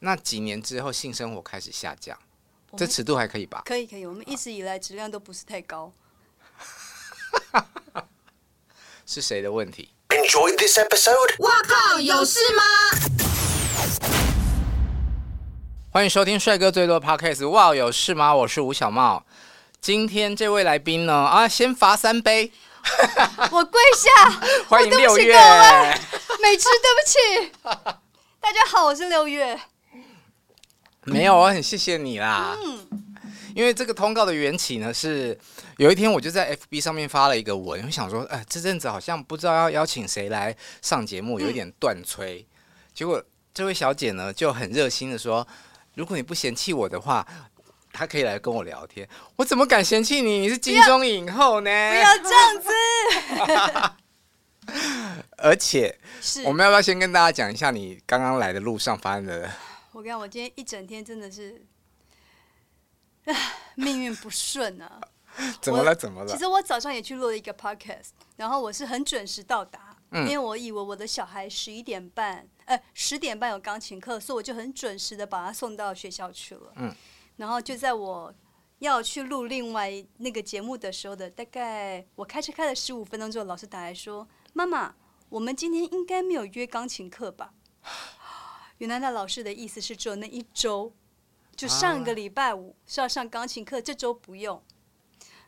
那几年之后，性生活开始下降，我这们尺度还可以吧？可以可以，我们一直以来质量都不是太高。是谁的问题？ Enjoyed this episode? 欢迎收听帅哥最多的 Podcast。哇，有事吗？我是吴小茂。今天这位来宾呢，啊，先罚三杯，我跪下，啊 欢迎哦我对六不起月各。位美芝，对不起。 大家好，我是 六月。没有，我很谢谢你啦。嗯因为这个通告的缘起呢，是有一天我就在 FB 上面发了一个文，我想说，哎、这阵子好像不知道要邀请谁来上节目，有一点断吹。结果这位小姐呢就很热心的说，如果你不嫌弃我的话，她可以来跟我聊天。我怎么敢嫌弃你？你是金钟影后呢？不要这样 子。而且是我们要不要先跟大家讲一下你刚刚来的路上发生嗯的？我跟你讲，我今天一整天真的是，唉命运不顺啊。怎么了？怎么其了？实我早上也去录了一个 podcast，然后我是很准时到达，嗯因为我以为我的小孩十一点半，呃，十点半有钢琴课，所以我就很准时的把他送到学校去了。嗯，然后就在我要去录另外那个节目的时候的，大概我开车开了十五分钟之后，老师打来说：“妈妈，我们今天应该没有约钢琴课吧？” 原来那老师的意思是只有那一周，就上啊个礼拜五是要上钢琴课，这周不用。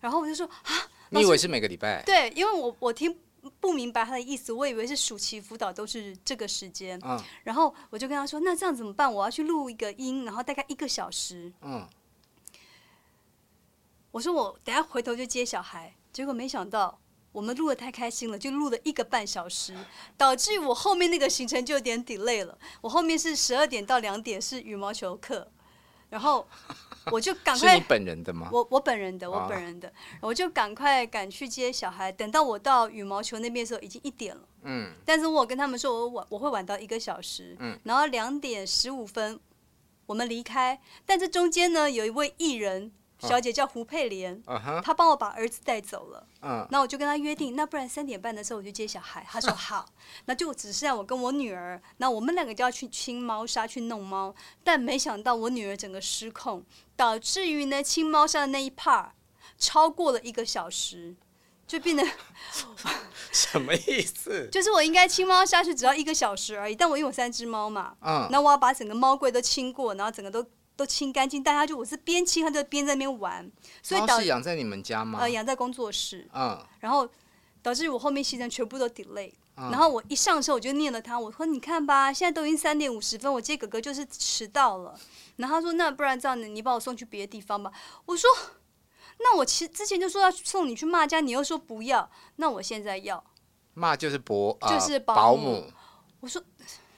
然后我就说啊，你老以师为是每个礼拜？对，因为我我听不明白他的意思，我以为是暑期辅导都是这个时间，嗯然后我就跟他说，那这样怎么办？我要去录一个音，然后大概一个小时。嗯，我说我等一下回头就接小孩，结果没想到。我们录的太开心了，就录了一个半小时，导致我后面那个行程就有点 delay 了。我后面是十二点到两点是羽毛球课，然后我就赶是快你本人的吗？我我本人的，我啊本人的，我就赶快赶去接小孩。等到我到羽毛球那边的时候，已经一点了。嗯。但是我有跟他们说我晚我会晚到一个小时，嗯然后两点十五分我们离开。但这中间呢，有一位艺人小姐叫胡佩莲，嗯哼，她帮我把儿子带走了。嗯，那我就跟她约定，那不然三点半的时候我去接小孩。她说好，那就只是让我跟我女儿，那我们两个就要去清猫砂去弄猫。但没想到我女儿整个失控，导致于呢清猫砂的那一 part 超过了一个小时，就变得。 什么意思？ 就是我应该清猫下去只要一个小时而已，但我因为我三只猫嘛，嗯那我要把整个猫柜都清过，然后整个都都清干净，但它就我是边清它就边在那边玩，所以猫导是养在你们家吗？呃养在工作室，嗯，然后导致我后面行程全部都嗯 delay。然后我一上车我就念了他，我说你看吧，现在都已经三点五十分，我接哥哥就是迟到了。然后他说那不然这样，你把我送去别的地方吧。我说那我其实之前就说要送你去骂家，你又说不要，那我现在要。妈就是伯，呃就是保保姆姆。我说，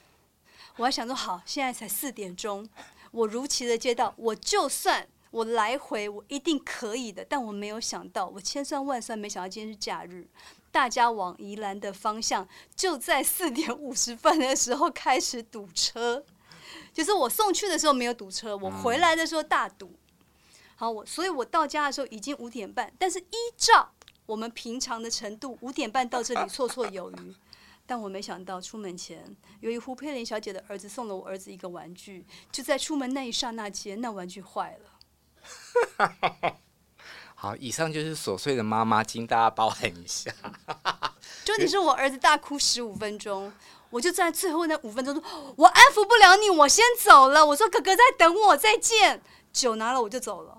我还想说好，现在才四点钟，我如期的接到，我就算我来回我一定可以的，但我没有想到，我千算万算没想到今天是假日，大家往宜兰的方向就在四点五十分的时候开始堵车， 就是我送去的时候没有堵车，我回来的时候大堵。好，我所以，我到家的时候已经五点半，但是依照我们平常的程度，五点半到这里绰绰有余。但我没想到，出门前，由于胡佩玲小姐的儿子送了我儿子一个玩具，就在出门那一刹那间，那玩具坏了。好，以上就是琐碎的妈妈，请大家包涵一下。 重点是我儿子大哭十五分钟，我就在最后那五分钟说：“我安抚不了你，我先走了。”我说：“哥哥在等我，再见。”酒拿了我就走了。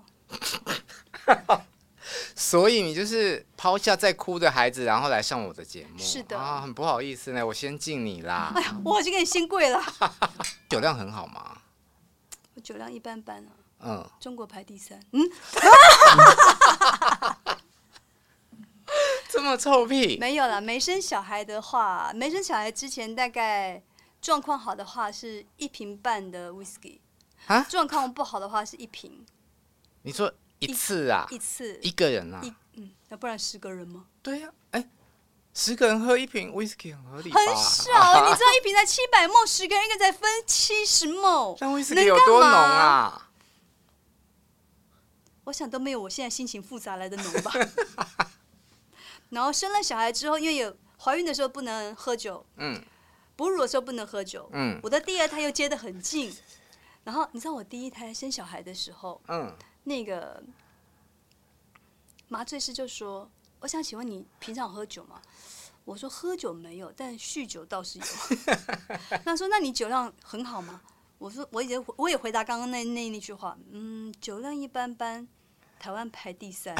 所以你就是抛下在哭的孩子，然后来上我的节目。是的啊，很不好意思呢，我先敬你啦。哎呀，我已经给你先跪了。酒量很好嘛，我酒量一般般啊，嗯，中国排第三。嗯，这么臭屁。没有啦，没生小孩的话，没生小孩之前大概状况好的话是一瓶半的 whisky，啊状况不好的话是一瓶你说一次啊，一次一个人啊，一嗯，那不然十个人吗？对呀、哎、十个人喝一瓶 whisky 很合理吧？很 少，你知道一瓶才七百梦，十个人一个才分七十梦，但 whisky 能有干多浓嘛？啊？我想都没有我现在心情复杂来的浓吧。 然后生了小孩之后，因为有怀孕的时候不能喝酒，嗯哺乳的时候不能喝酒，嗯我的第二胎又接得很近。然后你知道我第一胎生小孩的时候，嗯，那个麻醉师就说：“我想请问你平常有喝酒吗？”我说：“喝酒没有，但酗酒倒是有。”他说：“那你酒量很好吗？”我说：“我也我也回答刚刚那那那句话，嗯，酒量一般般，台湾排第 三。”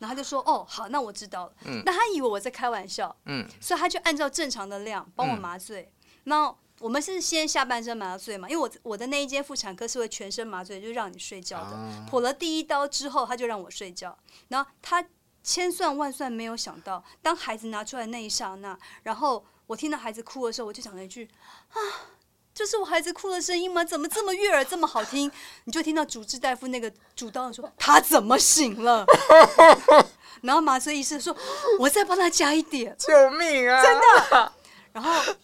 然后他就说：“哦，好，那我知道了。那他以为我在开玩笑，嗯，所以他就按照正常的量帮我嗯麻醉。那我们是先下半身麻醉嘛，因为我我的那一间妇产科是会全身麻醉，就让你睡觉的。啊剖了第一刀之后，他就让我睡觉。然后他千算万算没有想到，当孩子拿出来那一刹那，然后我听到孩子哭的时候，我就想了一句：“啊，这是我孩子哭的声音吗？怎么这么悦耳，这么好听？”你就听到主治大夫那个主刀说：“他怎么醒了？”然后麻醉医师说：“我再帮他加一点。救命啊！真的，”然后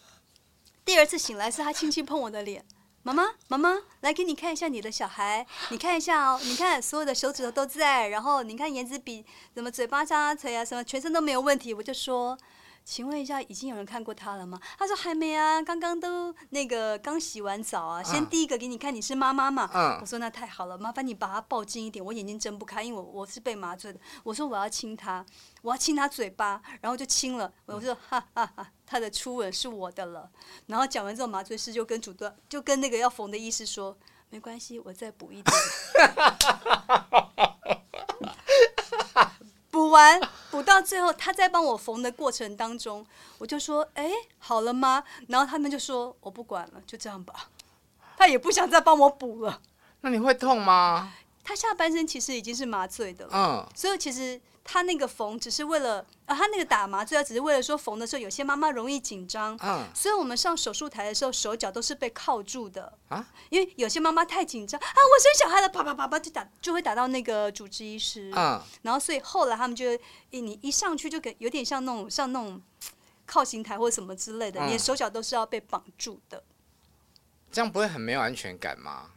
第二次醒来是他轻轻碰我的脸。妈妈，妈妈，来给你看一下你的小孩，你看一下哦，你看所有的手指头都在，然后你看颜值比怎么嘴巴张啊、垂啊什么，全身都没有问题。我就说，请问一下，已经有人看过他了吗？他说还没啊，刚刚都那个刚洗完澡啊，先嗯第一个给你看你是妈妈嘛。嗯我说那太好了，麻烦你把他抱近一点，我眼睛睁不开，因为我我是被麻醉的。我说我要亲他，我要亲他嘴巴，然后就亲了。我说哈哈哈，他的初吻是我的了。然后讲完之后，麻醉师就跟主段就跟那个要缝的医师说，没关系，我再补 一点。补完补到最后，他在帮我缝的过程当中，我就说：“哎、好了吗？”然后他们就说：“我不管了，就这样吧。”他也不想再帮我补了。那你会痛吗？他下半身其实已经是麻醉的了，嗯，所以其实他那个缝只是为了啊，他那个打麻醉药只是为了说缝的时候，有些妈妈容易紧张，嗯所以我们上手术台的时候，手脚都是被铐住的啊，因为有些妈妈太紧张啊，我生小孩了，啪啪啪啪就打就会打到那个主治医师，嗯然后所以后来他们就一你一上去就给有点像那种像那种靠型台或什么之类的，嗯你的手脚都是要被绑住的。这样不会很没有安全感吗？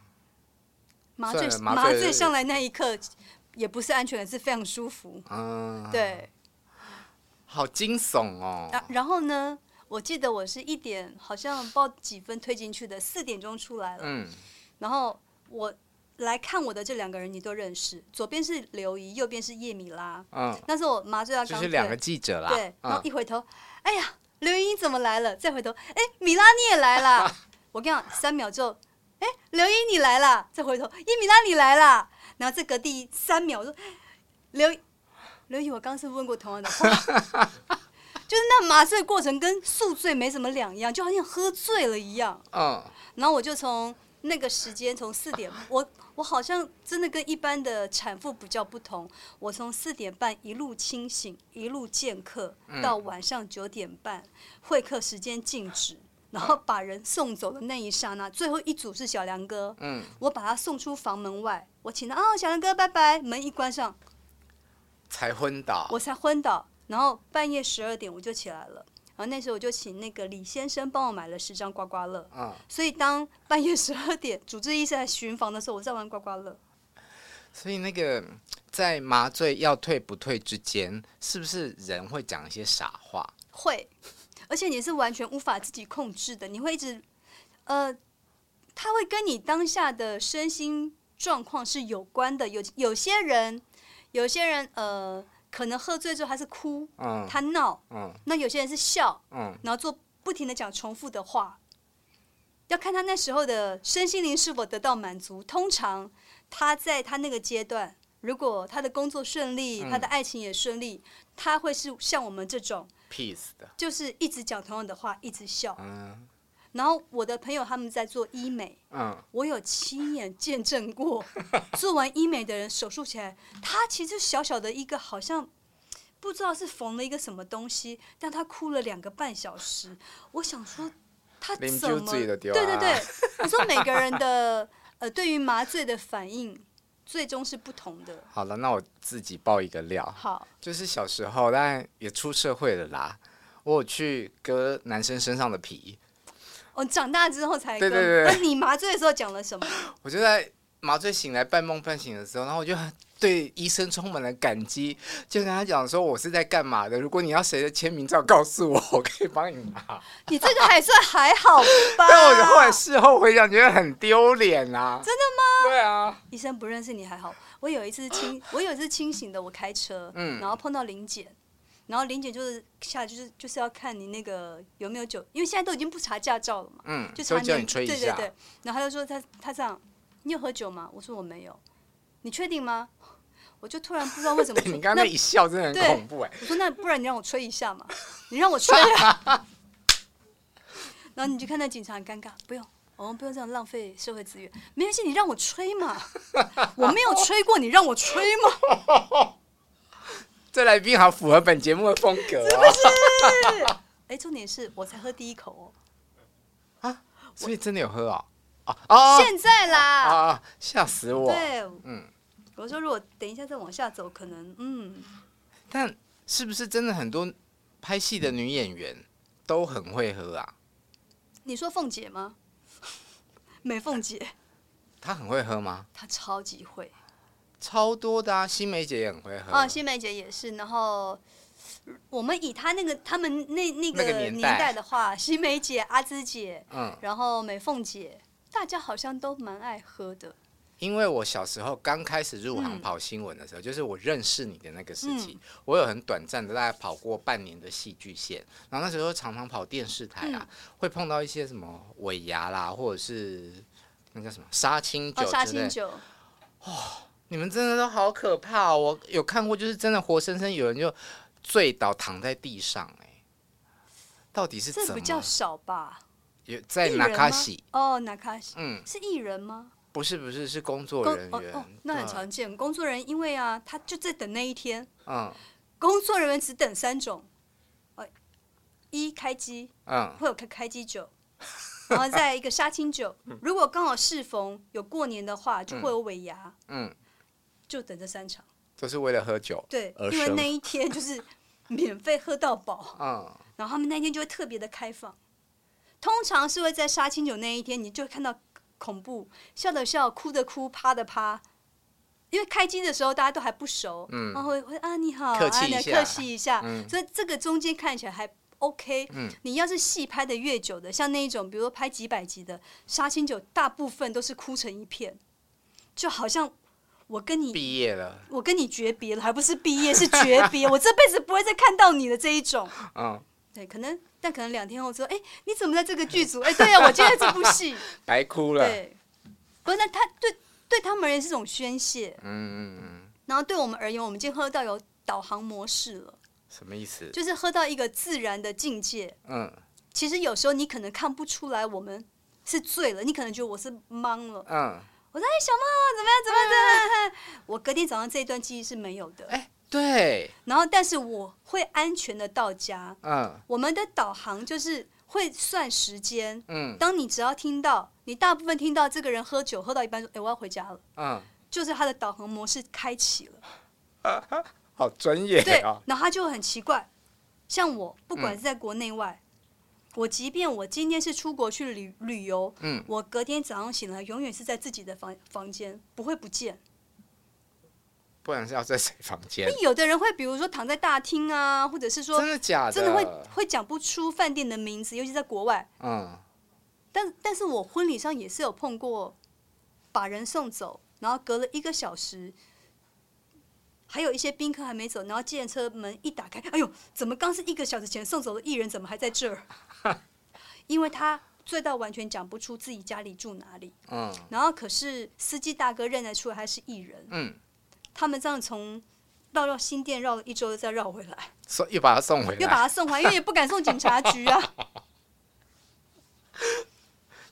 麻醉算了麻麻醉醉上来那一刻，也不是安全的，是非常舒服。嗯，，对，啊好惊悚哦。然、然后呢，我记得我是一点好像不知道几分推进去的，四点钟出来了。嗯然后我来看我的这两个人，你都认识，左边是刘怡，右边是叶米拉。嗯，那时候我麻醉到就刚是退两个记者啦。对，然后嗯一回头，哎呀，刘莹莹怎么来了？再回头，哎，米拉你也 来啦！我跟你讲，三秒之后，哎，刘莹你来啦！再回头，叶米拉你来啦！然后再隔第三秒，我说哎刘刘莹，我刚是问过同样的话， 就是那麻醉过程跟宿醉没什么两样，就好像喝醉了一样。嗯，然后我就从那个时间，从四点，我我好像真的跟一般的产妇比较不同，我从四点半一路清醒，一路见客，到晚上九点半，会客时间静止。然后把人送走的那一刹那，最后一组是小梁哥，嗯，我把他送出房门外，我请他哦，小梁哥拜拜，门一关上，才昏倒。我才昏倒，然后半夜十二点我就起来了，然后那时候我就请那个李先生帮我买了十张刮刮乐，嗯，所以当半夜十二点主治医师来巡房的时候，我在玩刮刮乐。所以那个在麻醉要退不退之间，是不是人会讲一些傻话？会，而且你是完全无法自己控制的，你会一直，呃，它会跟你当下的身心状况是有关的。有有些人，有些人呃，可能喝醉之后他是哭，嗯他闹，嗯那有些人是笑，嗯然后做不停的讲重复的话，要看他那时候的身心灵是否得到满足。通常他在他那个阶段，如果他的工作顺利，嗯他的爱情也顺利，他会是像我们这种， ，peace 的。就是一直讲同样的话，一直笑。嗯然后我的朋友他们在做医美，嗯，我有亲眼见 证过，做完医美的人手术起来，他其实小小的一个好像。不知道是缝了一个什么东西，但他哭了两个半小时。我想说，他啉怎酒么？醉就对对啊对对， 我说每个人的呃对于麻醉的反应最终是不同的。好了，那我自己爆一个料，好，就是小时候，但也出社会了啦。我有去割男生身上的皮，我长大之后才对跟。哎对对对那你麻醉的时候讲了什么？我就在麻醉醒来半梦半醒的时候，然后我就对医生充满了感激，就跟他讲说我是在干嘛的。如果你要谁的签名照，告诉我，我可以帮你 拿。你这个还算还好吧？ 但我后来事后回想，觉得很丢脸啊。真的吗？对啊，医生不认识你还好。我有一次 清，我有一次清醒的，我开车，嗯然后碰到林检，然后林检就是下来就是就是要看你那个有没有酒，因为现在都已经不查驾照了嘛，嗯，就就查叫你年吹一对对下，对，然后他就说他他这样，你有喝酒吗？我说我没有，你确定吗？ 我就突然不知道为什么说， 你刚刚那那一笑真的对很恐 怖哎、我说那不然你让我吹一下嘛，你让我吹啊。 然后你就看那警察很尴尬，不用，我们不用这样浪费社会资源，没关系，你让我吹嘛，我没有吹过，你让我吹嘛。这来宾好符合本节目的风格哦。哎，重点是我才喝第一口哦所以真的有喝哦，哦哦哦，现在啊啦，啊！吓死我！对，嗯，我说如果等一下再往下走，可能嗯，但是不是真的很多拍戏的女演员都很会喝啊？你说凤姐吗？ 美凤姐，她很会喝吗？她超级会超多的啊！新梅姐也很会喝啊，新梅姐也是，然后。我们以她那个他们那那那个个年代年代的话，新梅姐、阿芝姐，嗯，然后美凤姐，大家好像都蛮爱喝的。因为我小时候刚开始入行嗯跑新闻的时候，就是我认识你的那个时期，我有很短暂的大概跑过半年的戏剧线，然后那时候常常跑电视台啊，嗯会碰到一些什么尾牙啦，或者是那叫什么杀青酒哦，沙之类青的。酒，你们真的都好可怕、哦！我有看过，就是真的活生生有人就醉倒躺在地上、哎，到底是这怎比么？较少吧？有在艺人纳卡吗西，哦，纳卡西嗯，是艺人吗？不是不是，是工作工人哦员，嗯哦，那很对常见。工作人员因为啊，他就在等那一天。嗯工作人员只等三种，呃，一开机嗯，会有开开机酒， 然后再一个杀青酒。如果刚好适逢有过年的话，就会有尾牙，嗯，就等这三场。都是为了喝酒，对而，因为生那一天就是免费喝到饱。嗯，然后他们那天就会特别的开放，通常是会在杀青酒那一天，你就会看到恐怖，笑的笑，哭的哭，趴的趴。因为开机的时候大家都还不熟，嗯然后会会啊你好，客气啊一你好下客气一下，嗯所以这个中间看起来还 OK。嗯你要是戏拍的越久的，像那一种，比如说拍几百集的杀青酒，大部分都是哭成一片，就好像我跟你毕业了，我跟你诀别了，还不是毕业是诀 别，我这辈子不会再看到你的这一种。嗯，对，可能但可能两天后之后，哎、你怎么在这个剧组？哎、对呀、我接了这部戏。白哭了，对，不是，那他对对他们而言是一种宣泄，嗯嗯嗯，然后对我们而言，我们已经喝到有导航模式了，什么意思？就是喝到一个自然的境界。嗯其实有时候你可能看不出来我们是醉了，你可能觉得我是懵了。嗯，我说哎、小猫怎么样怎么样怎么样？ 我隔天早上这一段记忆是没有的。哎、对，然后，但是我会安全的到家。嗯我们的导航就是会算时间，嗯当你只要听到，你大部分听到这个人喝酒喝到一半说：“哎、我要回家了。嗯，”就是他的导航模式开启了，好专业对，啊、嗯然后他就很奇怪。像我，不管是在国内外，我即便我今天是出国去旅旅游，嗯我隔天早上醒来永远是在自己的房房间，不会不见。不然是要在谁房间那？有的人会，比如说躺在大厅啊，或者是说哎真的假的？真的会会讲不出饭店的名字，尤其在国外。嗯。但但是我婚礼上也是有碰过，把人送走，然后隔了一个小时，还有一些宾客还没走，然后计程车门一打开，哎呦，怎么刚是一个小时前送走的艺人，怎么还在这儿？ 因为他醉到完全讲不出自己家里住哪里，嗯然后可是司机大哥认得出来他是艺人，嗯，他们这样从绕绕新店绕了一周，再绕回来，送又把他送回又把来。他送回来，因为也不敢送警察局啊。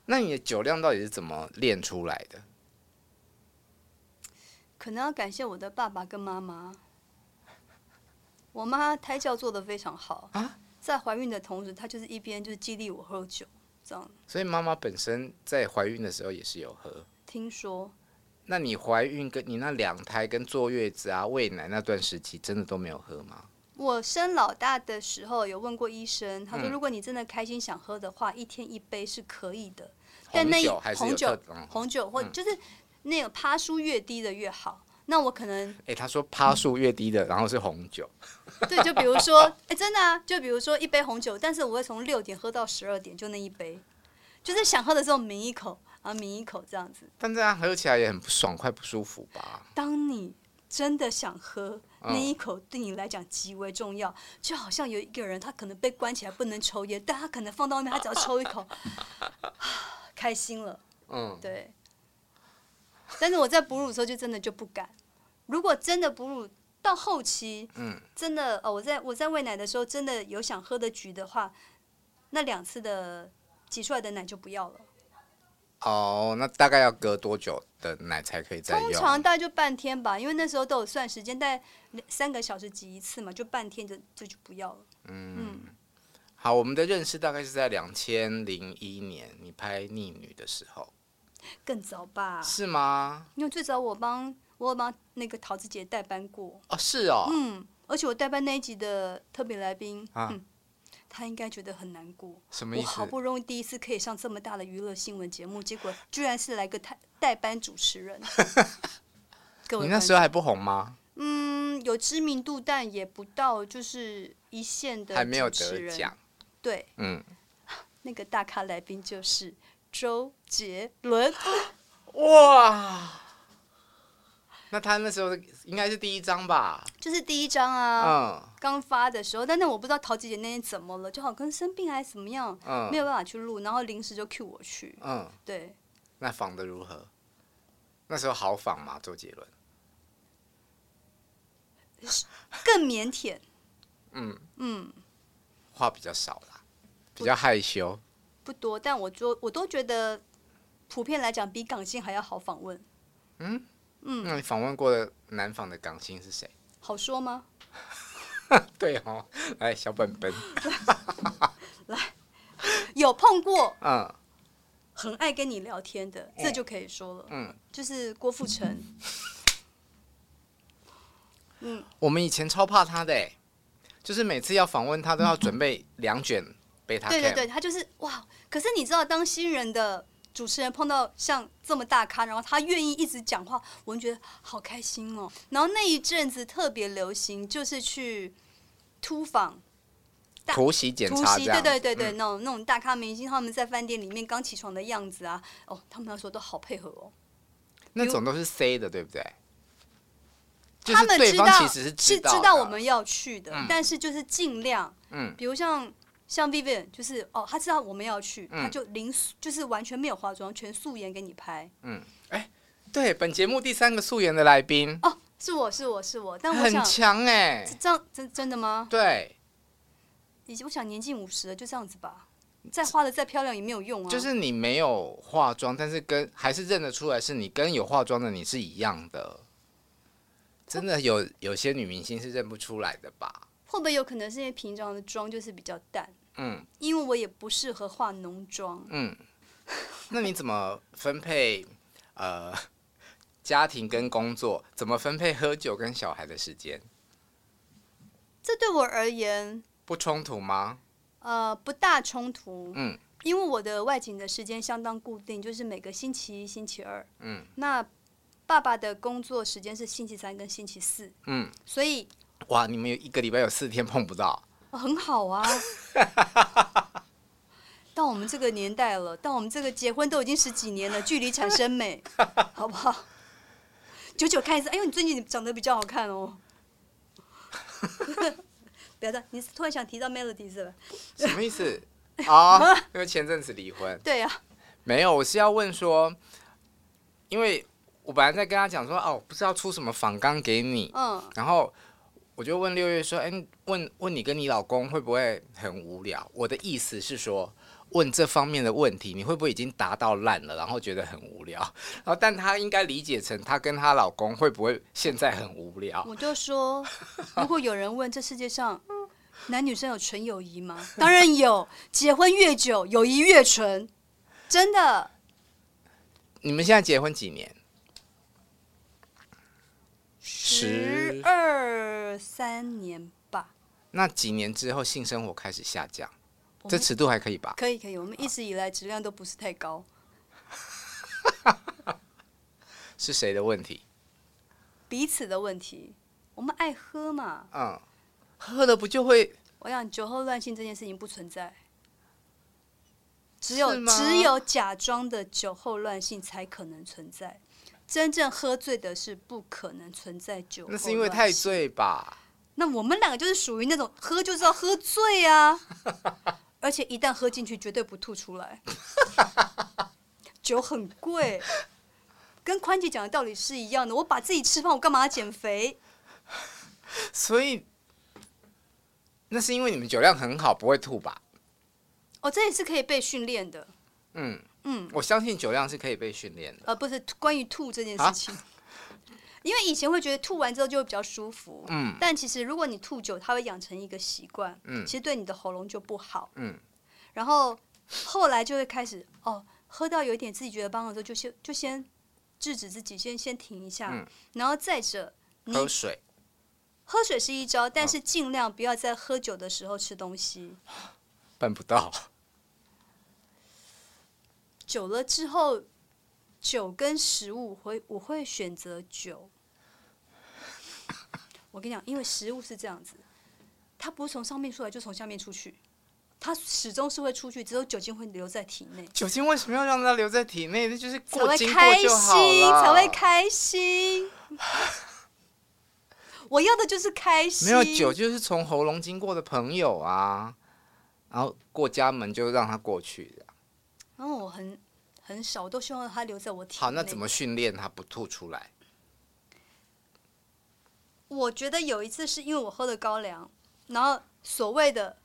那你的酒量到底是怎么练出来的？可能要感谢我的爸爸跟妈妈。我妈胎教做得非常好啊在怀孕的同时，她就是一边就是激励我喝酒，这样所以妈妈本身在怀孕的时候也是有喝。听说那你怀孕跟你那两胎跟坐月子啊、喂奶那段时期，真的都没有喝吗？我生老大的时候有问过医生，他说嗯如果你真的开心想喝的话，一天一杯是可以的。但红那一酒还是有红酒特嗯，红酒或就是那个趴数越低的越好。那我可能哎、他说趴数越低的，然后是红酒，对，就比如说，哎、真的啊，就比如说一杯红酒，但是我会从六点喝到十二点，就那一杯，就是想喝的时候抿一口，然后抿一口这样子。但这样喝起来也很不爽快、不舒服吧？当你真的想喝，嗯那一口对你来讲极为重要，就好像有一个人他可能被关起来不能抽烟，但他可能放到那边，他只要抽一 口，啊开心了。嗯，对。但是我在哺乳的时候就真的就不敢。如果真的哺乳到后期，嗯，真的哦，我在我在喂奶的时候真的有想喝的局的话，那两次的挤出来的奶就不要了。哦，那大概要隔多久的奶才可以再通用？常大概就半天吧，因为那时候都有算时间，大概两三个小时挤一次嘛，就半天就就就不要了。好，我们的认识大概是在两千零一年，你拍《逆女》的时候，更早吧，是吗？因为最早我帮我有帮那个桃子姐代班过，哦，是哦，嗯，而且我代班那一集的特别来宾，啊嗯，他应该觉得很难过。什么我意好思？不容易第一次可以上这么大的娱乐新闻节目，结果居然是来个代代班主持 人。你各位观众，那时候还不红吗？嗯有知名度，但也不到就是一线的还没有主持得人奖。，对，嗯，那个大咖来宾就是周杰伦。 哇，那他那时候应该是第一张吧？就是第一张啊，嗯刚、发的时候，但是我不知道桃姐姐那天怎么了，就好像跟生病还是怎么样，嗯没有办法去录，然后临时就 cue 我去，嗯，对，那仿的如何？那时候好仿吗？周杰伦？更腼腆，嗯，嗯，话比较少啦，比较害羞。不多，但我就我都觉得，普遍来讲比港星还要好访问，嗯那你访问过的南访的港星是谁？ 好说吗？对哦， 来小本本，有碰过嗯，很爱跟你聊天的，这就可以说了，嗯，就是郭富城，我们以前超怕他的、欸，就是每次要访问他都要准备两卷贝塔 c 对对对，他就是哇！可是你知道，当新人的主持人碰到像这么大咖，然后他愿意一直讲话，我们觉得好开心哦。然后那一阵子特别流行，就是去突访大突袭检突查袭，这样，嗯对对对对，那种那种大咖明星他们在饭店里面刚起床的样子啊，哦，他们那时候都好配合哦。那种都是 C 的，对不对？就他是们对知道方其实是是道的道我们要去的，嗯但是就是尽量，嗯比如像像 Vivian，就是哦，他知道我们要去，嗯他就零素就是完全没有化妆，全素颜给你拍。对本节目第三个素颜的来宾，哦，是我是我是我，但我很想强哎、这样真真的吗？对，以及我想年近五十了，就这样子吧，再花的再漂亮也没有用啊。就是你没有化妆，但是跟还是认得出来是你跟有化妆的你是一样的。真的有有些女明星是认不出来的吧？会不会有可能是因为平常的妆就是比较淡，嗯因为我也不适合化浓妆。嗯，那你怎么分配呃家庭跟工作？怎么分配喝酒跟小孩的时间？这对我而言，不冲突吗？呃，不大冲突。嗯，因为我的外景的时间相当固定，就是每个星期一、星期二。嗯，那爸爸的工作时间是星期三跟星期四，嗯，所以哇，你们有一个礼拜有四天碰不到，哦很好啊。 到我们这个年代了，到我们这个结婚都已经十几年了，距离产生美，好不好？久久看一次，哎呦，你最近长得比较好看哦。 不要这样，你是突然想提到 Melody 是吧？什么意思？啊、因为前阵子离婚。对啊，没有，我是要问说，因为我本来在跟他讲说，哦，我不知道出什么仿纲给你，嗯，然后我就问六月说，哎，问问你跟你老公会不会很无聊？我的意思是说，问这方面的问题，你会不会已经达到烂了，然后觉得很无聊？然后，但她应该理解成她跟她老公会不会现在很无聊？我就说，如果有人问这世界上男女生有纯友谊 吗？当然有，结婚越久，友谊越纯，真的。你们现在结婚几年？十二三年吧，那几年之后性生活开始下降，我这们尺度还可以吧？可以可以，我们一直以来质量都不是太高，是谁的问题？彼此的问题。我们爱喝嘛，嗯，喝了不就会？我想酒后乱性这件事情不存在，只有是吗只有假装的酒后乱性才可能存在，真正喝醉的是不可能存在酒后那乱性。是因为太。醉吧？那我们两个就是属于那种喝就是要喝醉 啊，而且一旦喝进去绝对不吐出来。酒很贵，跟宽姐讲的道理是一样的。我把自己吃胖，我干嘛要减肥？所以那是因为你们酒量很好，不会吐吧？哦，这也是可以被训练的。嗯，嗯，我相信酒量是可以被训练的。呃，不是关于吐这件啊事情，因为以前会觉得吐完之后就会比较舒服，嗯但其实如果你吐久，它会养成一个习惯，嗯其实对你的喉咙就不好，嗯，然后后来就会开始哦，喝到有一点自己觉得帮的时候，就先就先制止自己，先先停一下，嗯然后再者你喝水嗯喝水是一招，但是尽量不要在喝酒的时候吃东西，办不到， 久了之后。酒跟食物会，我会选择酒。我跟你讲，因为食物是这样子，它不是从上面出来就从下面出去，它始终是会出去，只有酒精会留在体内，酒精为什么要让它留在体内？那就是才过会经开过就好心，才了会开心。 我要的就是开心，没有酒就是从喉咙经过的朋友啊，然后过家门就让它过去的。然后我很很少，我都希望它留在我体内。好，那怎么训练它不吐出来？我觉得有一次是因为我喝了高粱，然后所谓的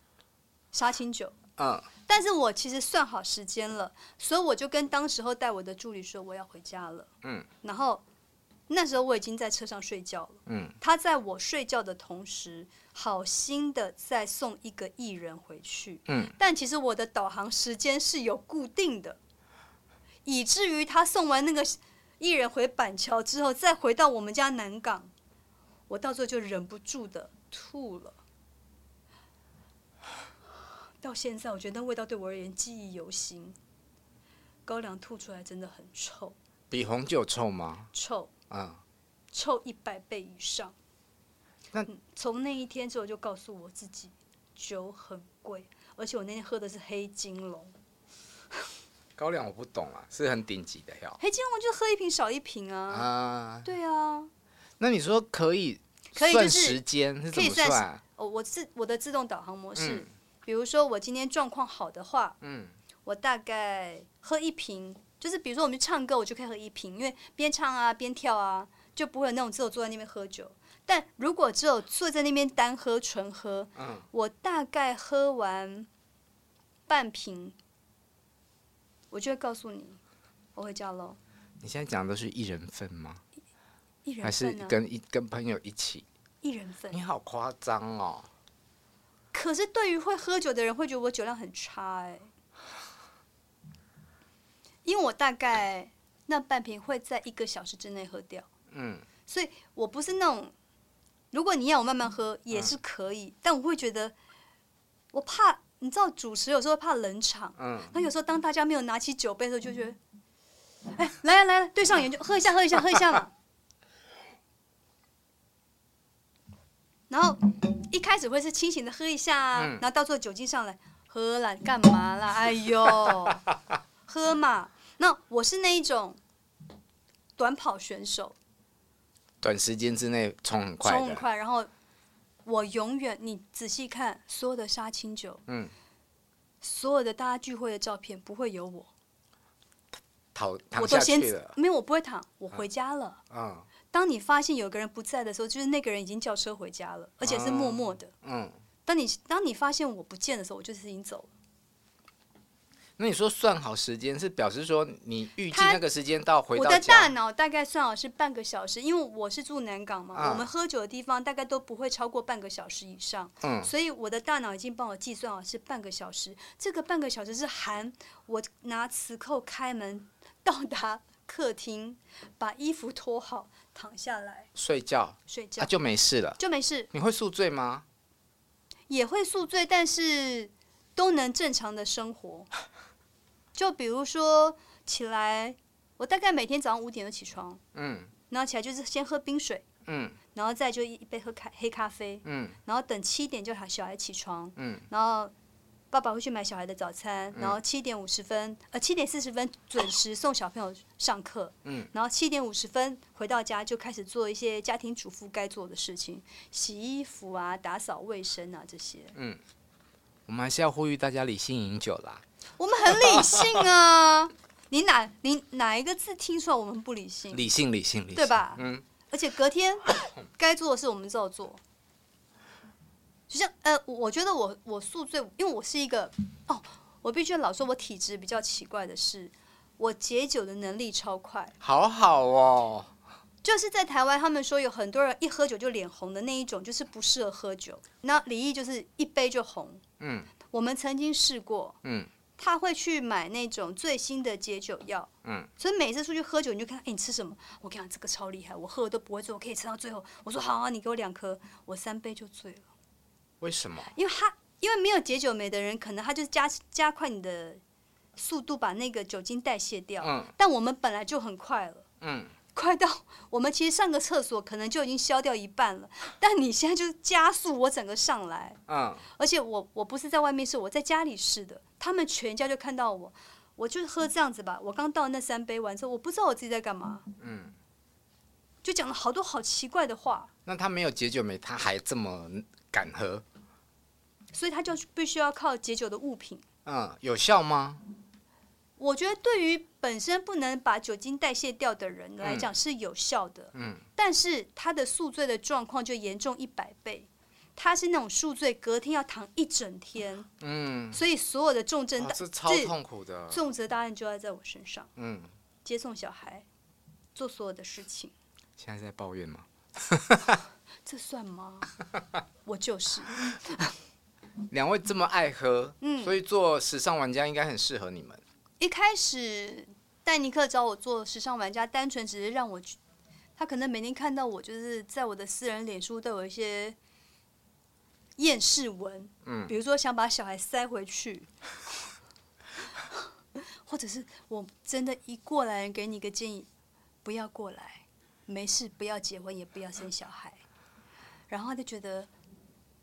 杀青酒，嗯，但是我其实算好时间了，所以我就跟当时候带我的助理说我要回家了。嗯，然后那时候我已经在车上睡觉了。嗯，他在我睡觉的同时，好心的再送一个艺人回去。嗯，但其实我的导航时间是有固定的，以至于他送完那个艺人回板桥之后，再回到我们家南港，我到最后就忍不住的吐了。到现在，我觉得那味道对我而言记忆犹新。高粱吐出来真的很臭，比红酒臭吗？臭嗯，臭一百倍以上。那嗯从那一天之后，就告诉我自己，酒很贵，而且我那天喝的是黑金龙，高粱我不懂啊，是很顶级的药黑金龙就喝一瓶少一瓶啊。啊。对啊，那你说可以可以算就是时间是可怎以么算算？哦，我自我的自动导航模式，嗯比如说我今天状况好的话，嗯我大概喝一瓶，就是比如说我们去唱歌，我就可以喝一瓶，因为边唱啊边跳啊，就不会有那种只有坐在那边喝酒。但如果只有坐在那边单喝纯喝，嗯，我大概喝完半瓶，我就会告诉你我回家喽。你现在讲的是一人份吗？一人还是份呢、啊跟一跟朋友一起？一人份你。好夸张哦！可是对于会喝酒的人，会觉得我酒量很差哎、因为我大概那半瓶会在一个小时之内喝掉。嗯，所以我不是那种，如果你要我慢慢喝也是可以，但我会觉得，我怕，你知道主持有时候怕冷场，嗯然后有时候当大家没有拿起酒杯的时候，就觉得，嗯哎，来呀、来呀、对上眼就喝一下喝一下喝一下嘛。然后一开始会是清醒的喝一下啊，嗯然后到最后酒精上来，喝啦，干嘛啦？哎呦，喝嘛。那我是那一种短跑选手，短时间之内冲很快冲的，很快，然后我永远，你仔细看所有的杀青酒，嗯，所有的大家聚会的照片，不会有我，躺躺我都下先去了。啊没有，我不会躺，我回家了。嗯当你发现有个人不在的时候，就是那个人已经叫车回家了，而且是默默的。嗯，当你当你发现我不见的时候，我就是已经走了。那你说算好时间是表示说你预计他那个时间到回我到的大家，脑大概算好是半个小时，因为我是住南港嘛，啊我们喝酒的地方大概都不会超过半个小时以上，嗯所以我的大脑已经帮我计算好是半个小时。这个半个小时是含我拿磁扣开门到达客厅，把衣服脱好，躺下来睡觉睡觉、啊就没事了。就没事，你会宿醉吗？也会宿醉，但是都能正常的生活。就比如说起来，我大概每天早上五点就起床，嗯然后起来就是先喝冰水。嗯然后再就一杯喝咖黑咖啡，嗯然后等七点就喊小孩起床，嗯，然后爸爸会去买小孩的早餐，然后七点五十分呃七点四十分准时送小朋友上课，嗯，然后七点五十分回到家就开始做一些家庭主妇该做的事情，洗衣服啊、打扫卫生啊这些，我们还是要呼吁大家理性饮酒啦。我们很理性啊。你哪你哪一个字听出来我们不理性？理性，理性，理性，嗯对吧嗯，而且隔天 该做的事我们照做。就像呃，我我觉得我我宿醉，因为我是一个哦，我必须老说，我体质比较奇怪的是，我解酒的能力超快。好好哦，就是在台湾，他们说有很多人一喝酒就脸红的那一种，就是不适合喝酒。那李毅就是一杯就红。嗯我们曾经试过，嗯，他会去买那种最新的解酒药，嗯，所以每次出去喝酒，你就看，哎、你吃什么？我跟你讲，这个超厉害，我喝了都不会醉，我可以撑到最后。我说好啊，你给我两颗，我三杯就醉了，为什么？因为他因为没有解酒酶的人，可能他就加加快你的速度，把那个酒精代谢掉。嗯但我们本来就很快了。嗯，快到我们其实上个厕所可能就已经消掉一半了，但你现在就加速我整个上来，嗯，而且我我不是在外面试，我在家里试的，他们全家就看到我，我就喝这样子吧。我刚倒那三杯完之后，我不知道我自己在干嘛，嗯，就讲了好多好奇怪的话，那他没有解酒酶，他还这么敢喝，所以他就必须要靠解酒的物品。嗯，有效吗？我觉得对于本身不能把酒精代谢掉的人来讲是有效的，嗯，但是他的宿醉的状况就严重一百倍。他是那种宿醉，隔天要躺一整天，嗯，所以所有的重症哇大、这啊超这痛啊苦的，重责大任就要在我身上，嗯，接送小孩，做所有的事情，现在在抱怨吗？这 算吗？我就是，两位这么爱喝，嗯所以做时尚玩家应该很适合你们。一开始戴尼克找我做时尚玩家，单纯只是让我去，他可能每天看到我就是在我的私人脸书都有一些厌世文，嗯比如说想把小孩塞回去， 或者是我真的一过来人给你个建议，不要过来，没事不要结婚也不要生小孩，然后他就觉得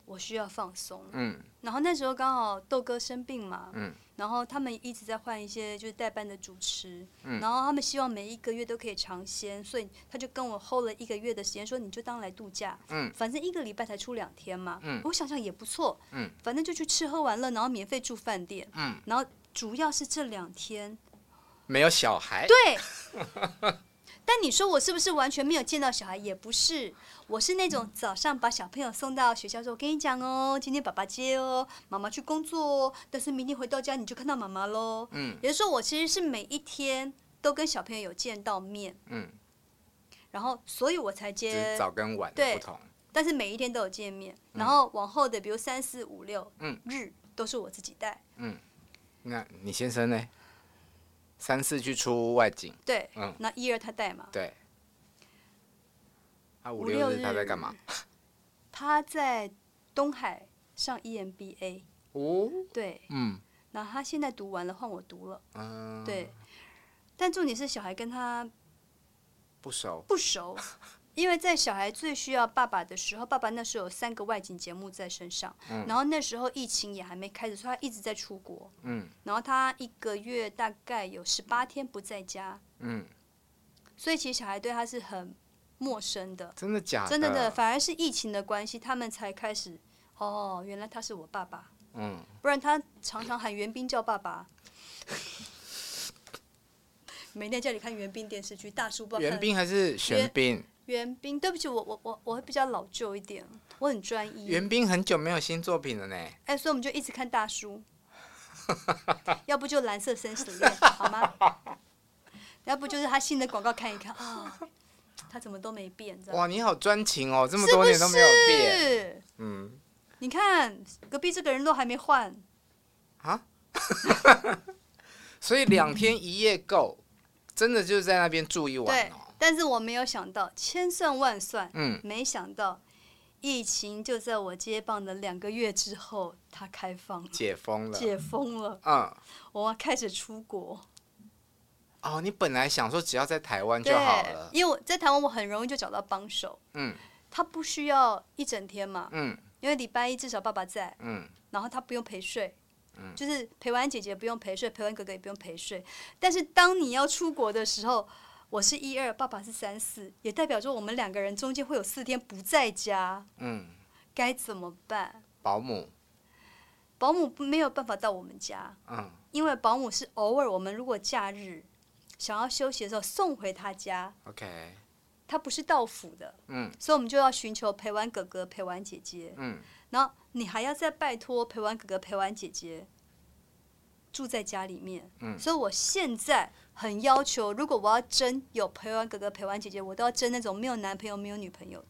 我需要放松，嗯然后那时候刚好豆哥生病嘛，嗯然后他们一直在换一些就是代班的主持，嗯然后他们希望每一个月都可以尝鲜，所以他就跟我 hold 了一个月的时间，说你就当来度假，嗯反正一个礼拜才出两天嘛，嗯我想想也不错，嗯反正就去吃喝玩乐，然后免费住饭店，嗯，然后主要是这两天，没有小孩，对。但你说我是不是完全没有见到小孩？也不是，我是那嗯种早上把小朋友送到学校说，我跟你讲哦，今天爸爸接哦，妈妈去工作哦，但是明天回到家你就看到妈妈喽。嗯也就是说，我其实是每一天都跟小朋友有见到面，嗯，然后所以我才只是接，早跟晚的对不同。但是每一天都有见面，然后往后的比如三四五六嗯日都是我自己带，那你先生呢？三四去出外景，对嗯，那一二他带嘛，对。啊，五五六六日他在日干嘛？他在东海上 E EMBA，哦，对，嗯然后他现在读完了，换我读了，嗯，对，但重点是小孩跟他不熟，不 熟，因为在小孩最需要爸爸的时候，爸爸那时候有三个外景节目在身上，嗯然后那时候疫情也还没开始，所以他一直在出国，嗯然后他一个月大概有十八天不在家，嗯，所以其实小孩对他是很陌生的，真的假的？真的的，反而是疫情的关系，他们才开始哦，原来他是我爸爸，嗯，不然他常常喊袁冰叫爸爸。 每天在家里看袁冰电视剧，大叔不知道袁看冰还是玄袁彬？袁冰，对不起，我我我我会比较老旧一点，我很专一。袁冰很久没有新作品了呢。哎、所以我们就一直看大叔，要不就蓝色生死恋，好吗？要不就是他新的广告看一看啊、他怎么都没变，这样哇，你好专情哦，这么是多不年都没有变。是？嗯，你看隔壁这个人都还没换，所以两天一夜够，真的就是在那边住一晚对哦。，但是我没有想到，千算万算，嗯，没想到疫情就在我接棒的两个月之后，它开放了，解封了。解封了，嗯，我开始出国。哦，你本来想说只要在台湾就对好了，。因为我在台湾，我很容易就找到帮手，嗯他不需要一整天嘛，嗯因为礼拜一至少爸爸在，嗯，然后他不用陪睡。就是陪完姐姐不用陪睡，陪完哥哥也不用陪睡。但是当你要出国的时候，我是一二，爸爸是三四，也代表着我们两个人中间会有四天不在家，嗯，该怎么办？保姆，保姆不没有办法到我们家，嗯因为保姆是偶尔我们如果假日想要休息的时候送回他家， ，OK，他不是到府的，嗯所以我们就要寻求陪玩哥哥、陪玩姐姐，嗯，然后你还要再拜托陪玩哥哥、陪玩姐姐住在家里面。嗯所以我现在很要求，如果我要争有陪玩哥哥、陪玩姐姐，我都要争那种没有男朋友、没有女朋友的。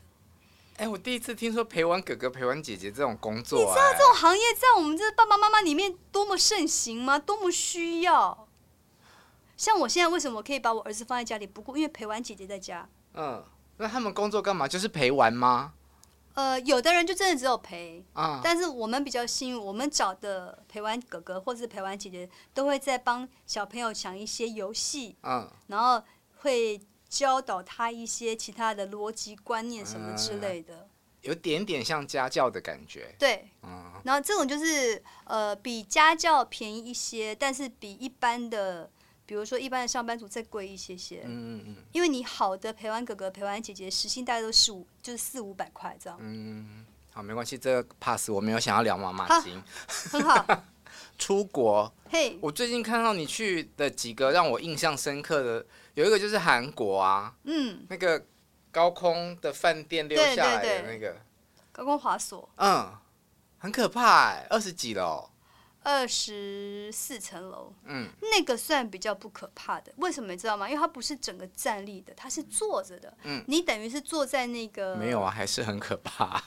哎、我第一次听说陪玩哥哥、陪玩姐姐这种工作、你哎，知道这种行业在我们这爸爸妈妈里面多么盛行吗？多么需要？像我现在为什么可以把我儿子放在家里？不过因为陪玩姐姐在家，嗯，那他们工作干嘛？就是陪玩吗？呃，有的人就真的只有陪，啊、但是我们比较幸运，我们找的陪玩哥哥或是陪玩姐姐都会在帮小朋友想一些游戏，嗯，然后会教导他一些其他的逻辑观念什么之类的。有点点像家教的感觉。对，嗯然后这种就是呃比家教便宜一些，但是比一般的，比如说一般的上班族再贵一些些，嗯嗯因为你好的陪玩哥哥、陪玩姐姐时薪大概都是五，就是四五百块这样，嗯，好，没关系，这个 pass 我没有想要聊妈妈好经。很好。出国，嘿，我最近看到你去的几个让我印象深刻的，有一个就是韩国啊，嗯，那个高空的饭店溜对下来对的对那个，高空滑索嗯，很可怕、哎，二十几楼，二十四层楼，嗯，那个算比较不可怕的，为什么你知道吗？因为它不是整个站立的，它是坐着的，嗯你等于是坐在那个没有啊，还是很可怕。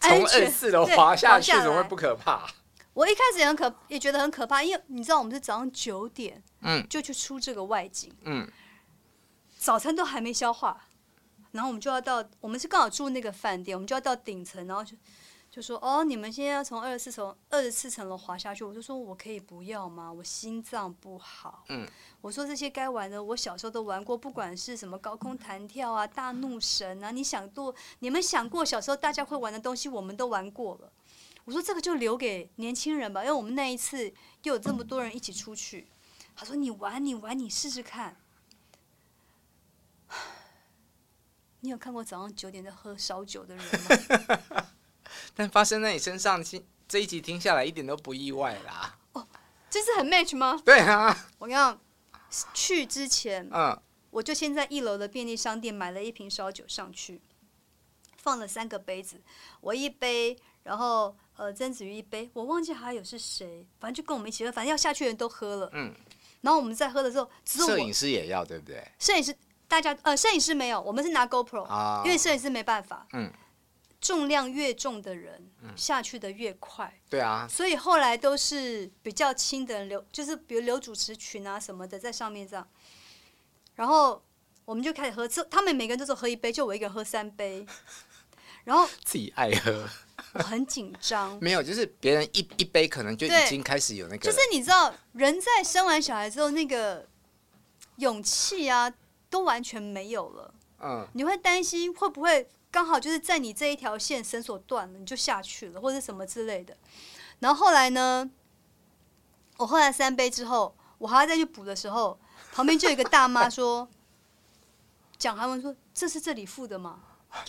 安从二全四楼对滑下滑去下怎么会来不可怕？我一开始也很可，也觉得很可怕，因为你知道我们是早上九点，嗯就去出这个外景，嗯，早餐都还没消化，然后我们就要到，我们是刚好住那个饭店，我们就要到顶层，然后就就说哦，你们现在要从二十四层二十四层楼滑下去，我就说我可以不要吗？我心脏不好，嗯，我说这些该玩的，我小时候都玩过，不管是什么高空弹跳啊、大怒神啊，你想过，你们想过小时候大家会玩的东西，我们都玩过了。我说这个就留给年轻人吧，因为我们那一次又有这么多人一起出去。他说你玩，你玩，你试试看。你有看过早上九点在喝烧酒的人吗？ 但发生在你身上，其这一集听下来一点都不意外啦。这是很 match 吗？对啊，我要去之前，嗯我就先在一楼的便利商店买了一瓶烧酒上去，放了三个杯子，我一杯，然后呃曾子瑜一杯，我忘记还有是谁，反正就跟我们一起喝，反正要下去的人都喝了。嗯，然后我们在喝的时候，只有摄我影师也要对不对？摄影师大家呃摄影师没有，我们是拿 GoPro，、啊因为摄影师没办法。嗯，重量越重的人、下去的越快，对啊，所以后来都是比较轻的人留，就是比如留主持群啊什么的在上面这样，然后我们就开始喝，这他们每个人都是喝一杯，就我一个人喝三杯，然后自己爱喝，我很紧张， 没有，就是别人一一杯可能就对已经开始有那个就了，是你知道人在生完小孩之后那个勇气啊都完全没有了，嗯你会担心会不会刚好就是在你这一条线绳索断了，你就下去了，或者什么之类的。然后后来呢，我喝完三杯之后，我还要再去补的时候，旁边就有一个大妈说，讲韩文说这是这里付的吗？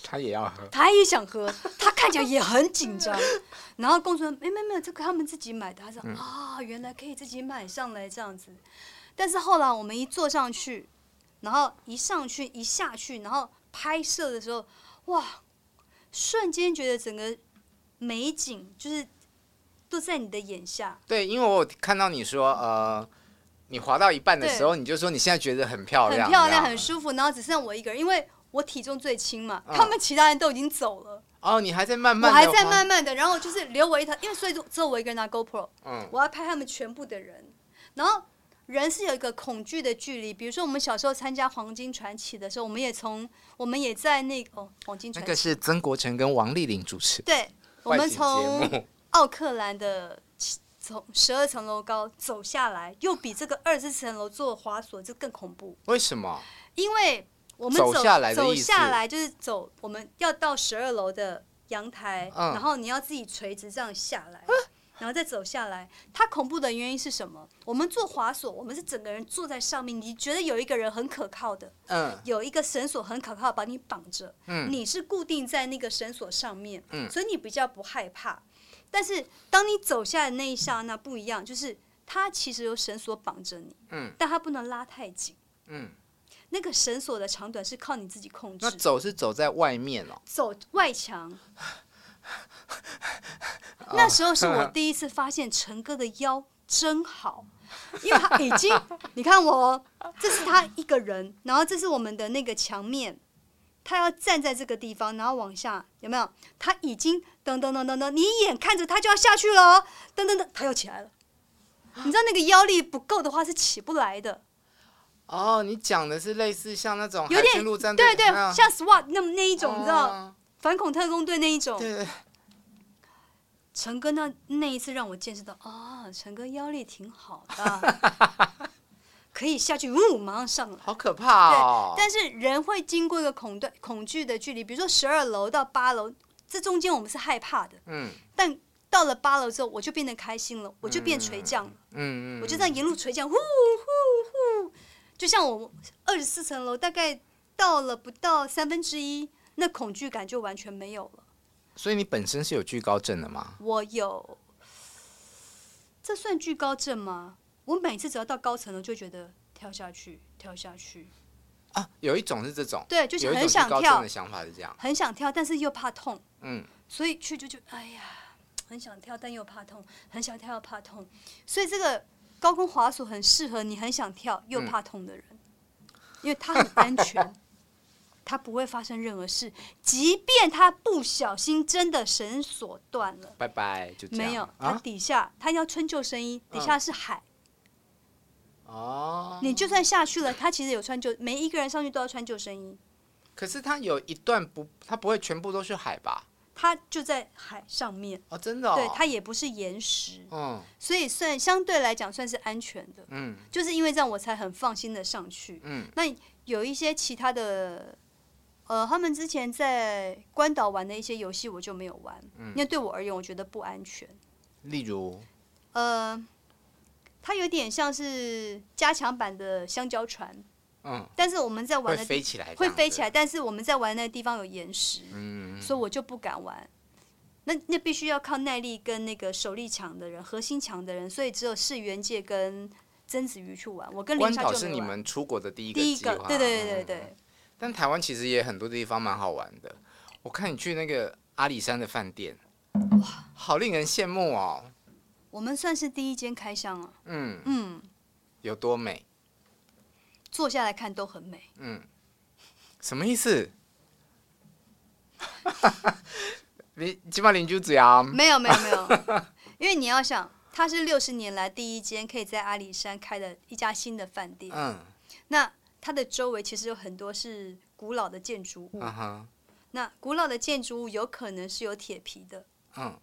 他也要喝，他也想 喝，他看起来也很紧张。 然后工作人员，没没没有，这个他们自己买的。他说嗯啊、原来可以自己买上来这样子。但是后来我们一坐上去，然后一上去一下去，然后拍摄的时候，哇，瞬间觉得整个美景就是都在你的眼下。对，因为我有看到你说，呃，你滑到一半的时候，你就说你现在觉得很漂很亮，漂这样亮，很舒服，然后只剩我一个人，因为我体重最轻嘛，嗯他们其他人都已经走了，哦，你还在慢我慢，还在，慢慢的，然后就是留我一条，因为所以就只有我一个人拿 GoPro，嗯我要拍他们全部的人，然后人是有一个恐惧的距离，比如说我们小时候参加黄金传奇的时候，我们也从我们也在那个哦黄金那传个奇，是曾国成跟王丽玲主持，对，我们外景节从目奥克兰的七从十二层楼高走下来，又比这个二十层楼坐滑索就更恐怖。为什么？因为我们走走下来的走意思下来就是走，我们要到十二楼的阳台，嗯啊然后你要自己垂直这样下来，然后再走下来。它恐怖的原因是什么？我们做滑索，我们是整个人坐在上面，你觉得有一个人很可靠的，嗯，有一个绳索很可靠把你绑着，嗯你是固定在那个绳索上面，嗯所以你比较不害怕。但是当你走下来的那一刹那不一样，就是它其实有绳索绑着你，嗯，但它不能拉太紧，嗯，那个绳索的长短是靠你自己控那制。走是走在外面哦，走 外墙，那时候是哦我第一次发现陈哥的腰真好，因为他已经，你看我哦，这是他一个人，然后这是我们的那个墙面，他要站在这个地方，然后往下，有没有？他已经噔噔噔噔噔，你一眼看着他就要下去了哦，噔噔噔，他又起来了。你知道那个腰力不够的话是起不来的，哦，你讲的是类似像那种有海点军陆战队对对那，样像 SWAT 那么那一种，你知道哦反恐特工队那一种，对对，对陈哥那那一次让我见识到，啊，陈哥腰力挺好的， 可以下去，呜，马上上来。好可怕哦对，，但是人会经过一个恐对恐惧的距离，比如说十二楼到八楼，这中间我们是害怕的，嗯但到了八楼之后，我就变得开心了，我就变垂降了，嗯嗯，我就这样沿路垂降，呼呼呼，就像我二十四层楼，大概到了不到三分之一，那恐惧感就完全没有了。所以你本身是有惧高症的吗？我有，这算惧高症吗？我每次只要到高层了，就觉得跳下去，跳下去，啊，有一种是这种，对，就是有一很种想惧高症跳的，想法是这样，很想跳，但是又怕痛，嗯，所以去就就哎呀，很想跳，但又怕痛，很想跳又怕痛，所以这个高空滑索很适合你很想跳嗯又怕痛的人，因为它很安全。它不会发生任何事，即便它不小心真的绳索断了，拜拜，就这样，没有，它啊，嗯底下它要穿救生衣，底下是海。哦，你就算下去了，它其实有穿救，每一个人上去都要穿救生衣。可是它有一段不，它不会全部都去海吧？它就在海上面，哦，真的、哦，对，它也不是岩石，嗯所以算相对来讲算是安全的。嗯就是因为这样，我才很放心的上去。嗯，那有一些其他的，呃，他们之前在关岛玩的一些游戏，我就没有玩，嗯因为对我而言，我觉得不安全。例如，呃，它有点像是加强版的香蕉船，嗯，但是我们在玩会的地飞起来，会飞起，来，但是我们在玩那个地方有岩石，嗯，所以我就不敢玩。那那必须要靠耐力跟那个手力强的人、核心强的人，所以只有世元界跟曾子瑜去玩，我跟林关莎岛就是没你玩。们出国的第一个第一计个划，，对对对对嗯对，但台湾其实也很多地方蛮好玩的。我看你去那个阿里山的饭店，哇，好令人羡慕哦。我们算是第一间开箱啊，嗯，嗯，有多美？坐下来看都很美。什么意思？ 你起码邻居这样，没有没有没有， 因为你要想，它是六十年来第一间可以在阿里山开的一家新的饭店，嗯，那它的周围其实有很多是古老的建筑物，啊哈，那古老的建筑物有可能是有铁皮的，嗯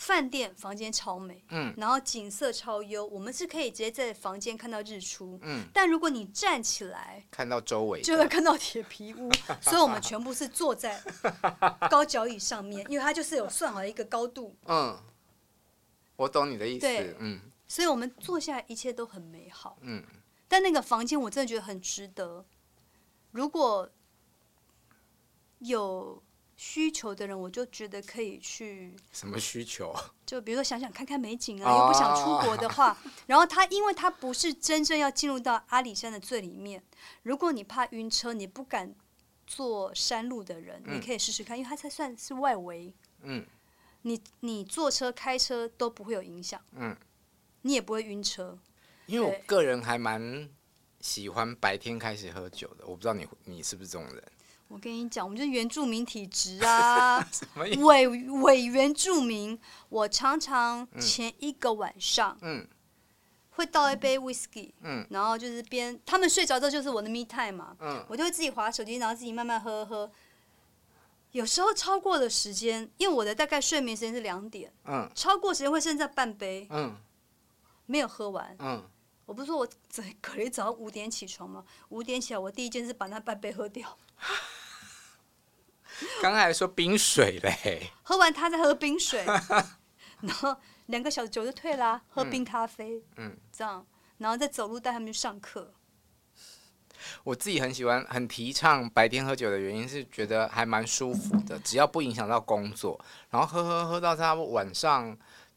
饭店房间超美，嗯，然后景色超优，我们是可以直接在房间看到日出，嗯，但如果你站起来，看到周围的，就会看到铁皮 屋，所以我们全部是坐在高脚椅上面，因为它就是有算好一个高度，嗯，我懂你的意思对，嗯所以我们坐下来一切都很美好，嗯，但那个房间我真的觉得很值得，如果有需求的人，我就觉得可以去什么需求？就比如说想想看看美景啊，哦又不想出国的话，然后它因为它不是真正要进入到阿里山的最里面，如果你怕晕车，你不敢坐山路的人，你可以试试看，因为它才算是外围。嗯，你你坐车、开车都不会有影响，嗯，你也不会晕车。因为我对个人还蛮喜欢白天开始喝酒的，我不知道你你是不是这种人？我跟你讲，我们就是原住民体质 啊，什么意思？伪伪原住民。我常常前一个晚上嗯会倒一杯 whisky，嗯然后就是边他们睡着之后就是我的 me time 嘛，嗯我就会自己划手机，然后自己慢慢喝喝。有时候超过的时间，因为我的大概睡眠时间是两点，嗯超过时间会剩下半杯嗯没有喝完。嗯，我不是说我整隔天早上五点起床吗？五点起来，我第一件事把那半杯喝掉， 刚才还说冰水嘞，喝完它再喝 冰水，然后两个小时酒就退啦，喝冰咖啡，嗯嗯这样，然后再走路带他们去上课。我自己很喜欢，很提倡白天喝酒的原因是觉得还蛮舒服的，只要不影响到工作，然后喝喝喝到他晚上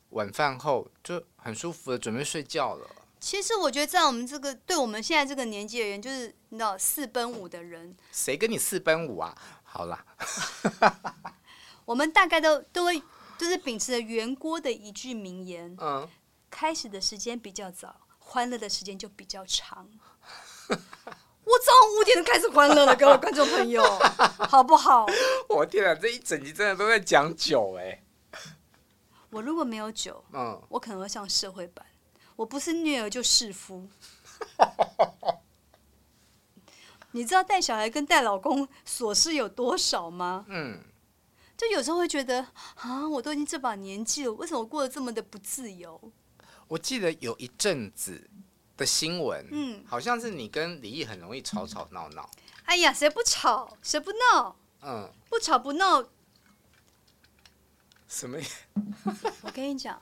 晚饭后就很舒服的准备睡觉了。其实我觉得，在我们这个对我们现在这个年纪的人，就是你知道四奔五的人，谁跟你四分五啊？好啦，我们大概都都会就是秉持着袁郭的一句名言：嗯，开始的时间比较早，欢乐的时间就比较长。我早上五点就开始欢乐了，各位观众朋友，好不好？我天啊，这一整集真的都在讲酒哎、我如果没有酒，嗯，我可能会上社会版。我不是虐儿就是夫。 你知道带小孩跟带老公琐事有多少吗？嗯，就有时候会觉得啊，我都已经这把年纪了，为什么我过得这么的不自由？我记得有一阵子的新闻，嗯好像是你跟李毅很容易吵吵闹闹，哎呀，谁不吵，谁不闹，嗯，不吵不闹。什么意？我跟你讲，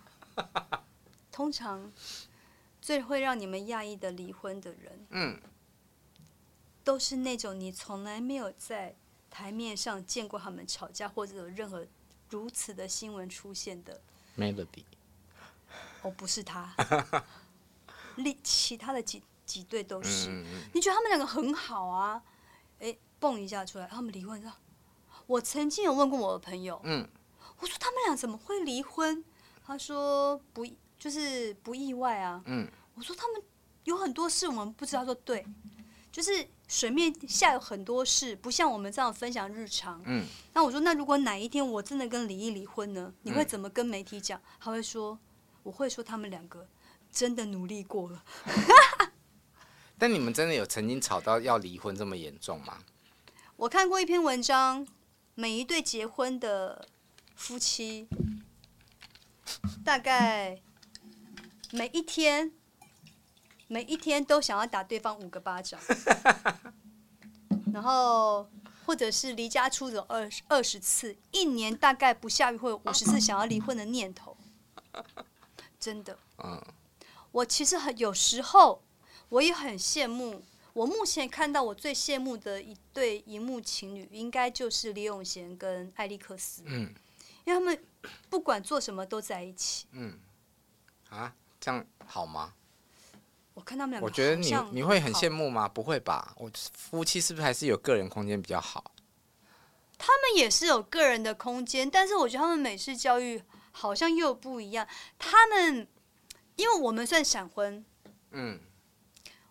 通常最会让你们讶异的离婚的人，嗯，都是那种你从来没有在台面上见过他们吵架，或者有任何如此的新闻出现的。 melody，哦，不 是他，另其他的几几对都是。嗯嗯你觉得他们两个很好啊？哎，蹦一下出来，他们离婚了。我曾经有问过我的朋友，嗯，我说他们俩怎么会离婚？他说不意，就是不意外啊。嗯，我说他们有很多事我们不知道，说对，就是水面下有很多事，不像我们这样分享日常。嗯，那我说那如果哪一天我真的跟李毅离婚呢？你会怎么跟媒体讲？他会说，我会说他们两个真的努力过了。但你们真的有曾经吵到要离婚这么严重吗？我看过一篇文章，每一对结婚的夫妻，大概每一天，每一天都想要打对方五个巴掌，然后或者是离家出走二十二十次，一年大概不下于会有五十次想要离婚的念头，真的。嗯，我其实很有时候我也很羡慕。我目前看到我最羡慕的一对荧幕情侣，应该就是李永贤跟艾利克斯，嗯因为他们不管做什么都在一起。嗯，啊，这样好吗？我看他们两个，我觉得你你会很羡。慕吗？不会吧？我夫妻是不是还是有个人空间比较好？他们也是有个人的空间，但是我觉得他们美式教育好像又不一样。他们因为我们算闪婚，嗯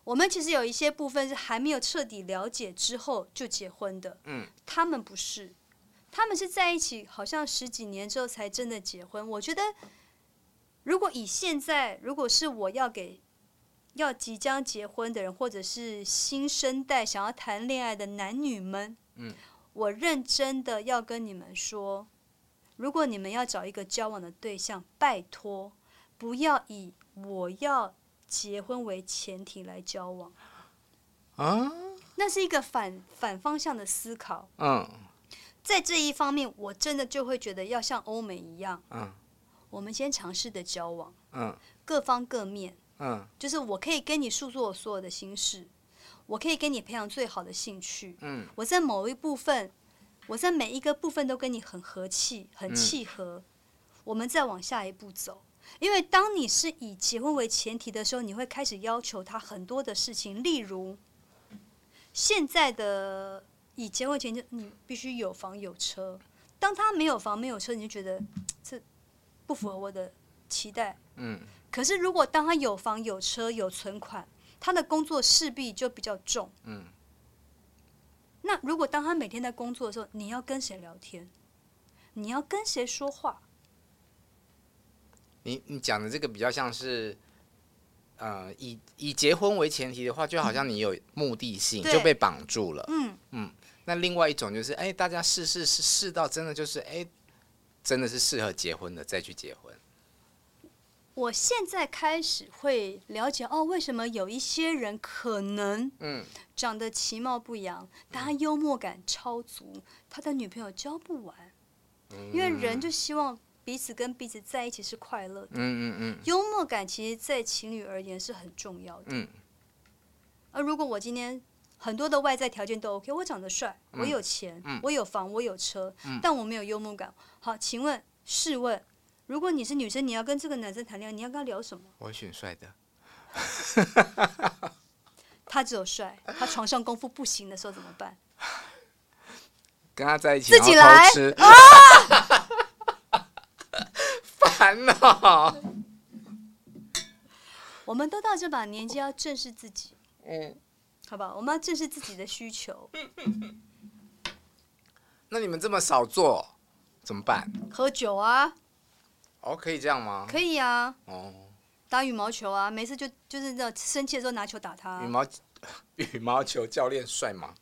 我们其实有一些部分是还没有彻底了解之后就结婚的，嗯，他们不是，他们是在一起好像十几年之后才真的结婚。我觉得，如果以现在，如果是我要给要即将结婚的人，或者是新生代想要谈恋爱的男女们，嗯，我认真的要跟你们说，如果你们要找一个交往的对象，拜托不要以我要结婚为前提来交往，啊，那是一个反反方向的思考。嗯在这一方面，我真的就会觉得要像欧美一样，嗯我们先尝试的交往，嗯各方各面，嗯就是我可以跟你诉说我所有的心事，我可以跟你培养最好的兴趣，嗯我在某一部分，我在每一个部分都跟你很和气、很契合，我们再往下一步走。因为当你是以结婚为前提的时候，你会开始要求他很多的事情，例如现在的以结婚前就你必须有房有车，当他没有房没有车，你就觉得嘖这不符合我的期待。嗯，可是如果当他有房有车有存款，他的工作势必就比较重。嗯，那如果当他每天在工作的时候，你要跟谁聊天？你要跟谁说话？你你讲的这个比较像是，呃，以以结婚为前提的话，就好像你有目的性，对就被绑住了。嗯，那另外一种就是，哎，大家试试试试到真的就是，哎，真的是适合结婚的再去结婚。我现在开始会了解哦，为什么有一些人可能嗯，长得其貌不扬，但他幽默感超足，他的女朋友交不完，因为人就希望彼此跟彼此在一起是快乐的。嗯嗯嗯幽默感其实，在情侣而言是很重要的。嗯而如果我今天很多的外在条件都 OK，我长得帅，我有钱，嗯我有房，我有车，但我没有幽默感。好，请问，试问，如果你是女生，你要跟这个男生谈恋爱，你要跟他聊什么？我会选帅的。他只有帅，他床上功夫不行的时候怎么办？ 跟他在一起，自己然后来啊偷吃， 烦了、我们都到这把年纪，要正视自己，嗯，好吧？我们要正视自己的需求，那你们这么少做怎么办？喝酒啊，哦，可以这样吗？可以啊，哦，打羽毛球啊，没事就就是那种生气的时候拿球打他啊羽。毛 羽毛球教练帅吗？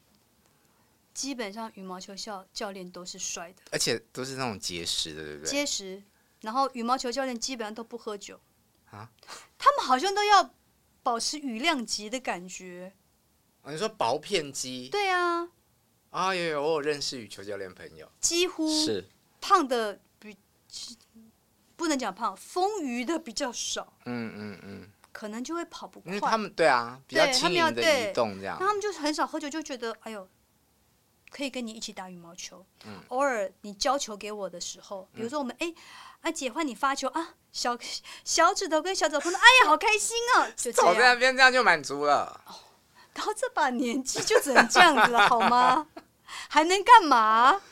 基本上羽毛球校教练都是帅的，而且都是那种结实的，对不对？结实。然后羽毛球教练基本上都不喝酒啊， 他们好像都要保持羽量级的感觉。哦你说薄片肌对啊，啊，有有，我有认识羽球教练朋友，几乎是，胖的比不能讲胖，丰腴的比较少，嗯嗯嗯，可能就会跑不因快。为他们对啊，比较对他轻们要盈的对移动这样那，他们就是很少喝酒，就觉得哎呦，可以跟你一起打羽毛球。嗯偶尔你交球给我的时候，比如说我们哎、啊姐换你发球啊，小小指头跟小指头碰到，哎呀好开心 哦，就这走在那样。边这样就满足了。到这把年纪就只能这样子了，好 吗？还能干嘛？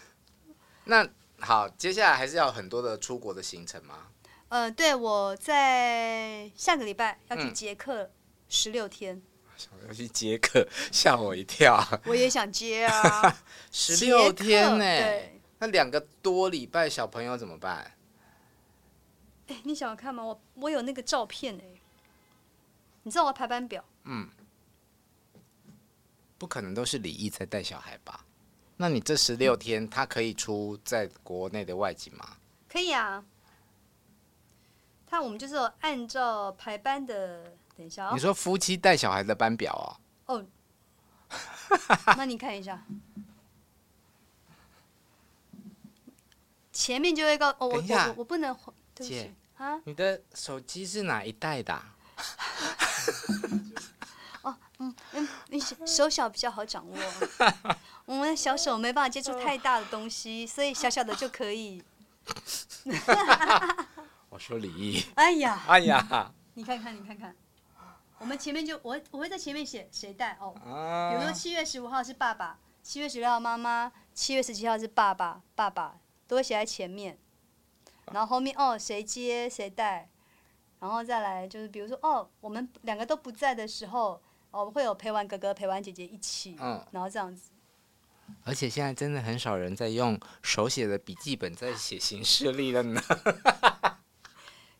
那好，接下来还是要有很多的出国的行程吗？呃，对我在下个礼拜要去嗯捷克十六天，我要去捷克，吓我一跳，我也想 接啊，十六捷克天呢、对那两个多礼拜，小朋友怎么办？哎、你想要看吗？我我有那个照片哎、你知道我排班表，不可能都是李毅在带小孩吧？那你这十嗯六天，他可以出在国内的外景吗？可以啊。他我们就是有按照排班的，等一下你哦，说夫妻带小孩的班表哦，那你看一下，前面就会告哦，我等一下我我不能，对不姐起啊，你的手机是哪一代的啊、嗯，你手手小比较好掌握，啊 我们的小手没办法接触太大的东西，所以小小的就可以。我说李毅，哎呀，哎 呀，你看看，你看看，我们前面就我我会在前面写谁带哦，比如说啊，七月十五号是爸爸，七月十六号妈妈，七月十七号是爸爸，爸爸都会写在前面，啊然后后面哦谁接谁带，然后再来就是比如说哦我们两个都不在的时候，哦我们会有陪玩哥哥陪玩姐姐一起，嗯然后这样子，而且现在真的很少人在用手写的笔记本在写行事历了呢。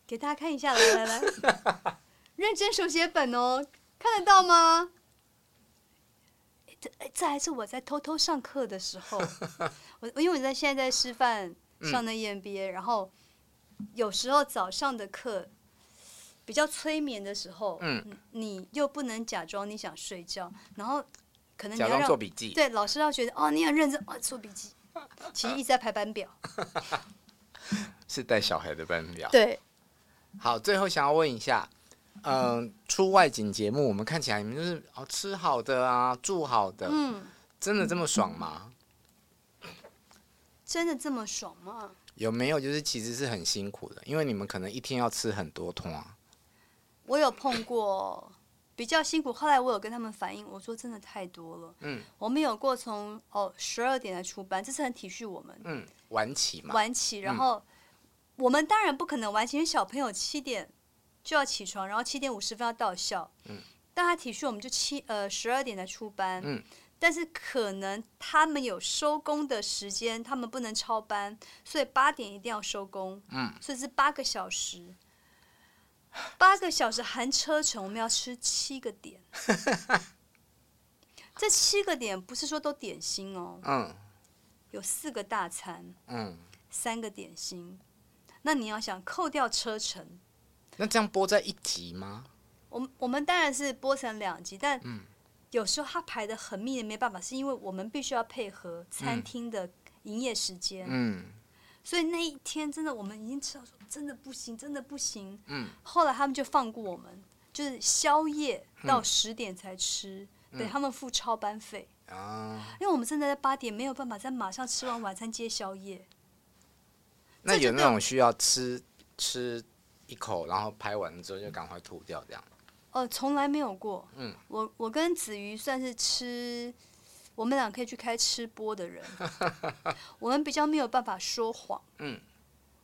给大家看一下，来来来， 认真手写本哦，看得到吗？诶这诶这还是我在偷偷上课的时 候，我因为我在现在在师范嗯上的 E EMBA，、然后有时候早上的课比较催眠的时候，嗯你又不能假装你想睡觉，然后可能你假要装让做笔记，对老师要觉得哦你很认真哦做笔记，其实一直在排班表，是带小孩的班表。对，好，最后想要问一下，嗯、出外景节目，我们看起来你们就是哦吃好的啊，住好的，嗯，真的这么爽吗？真的这么爽吗？有没有就是其实是很辛苦的，因为你们可能一天要吃很多通啊。我有碰过比较辛苦，后来我有跟他们反映，我说真的太多了。嗯，我们有过从哦十二点来出班，这是很体恤我们嗯，晚起嘛，晚起，然后我们当然不可能完全，因为小朋友七点就要起床，然后七点五十分要到校。嗯。但他体恤我们就七呃十二点才出班。嗯。但是可能他们有收工的时间，他们不能超班，所以八点一定要收工。嗯。所以是八个小时。八个小时含车程，我们要吃七 个点。这七个点不是说都点心哦，嗯有四个大餐，嗯，三个点心。那你要想扣掉车程，那这样播在一集吗？我们我们当然是播成两集，但嗯有时候它排的很密，没办法，是因为我们必须要配合餐厅的营业时间，嗯所以那一天真的我们已经吃到说真的不行，真的不行。嗯后来他们就放过我们，就是宵夜嗯到十点才吃，对他们付超班费，啊，因为我们真的在八点没有办法在马上吃完晚餐接宵夜。那这就有对那种需要吃吃一口，然后拍完了之后就赶快吐掉这样？呃，从来没有过。嗯，我我跟子瑜算是吃，我们俩可以去开吃播的人。 我们比较没有办法说谎。嗯，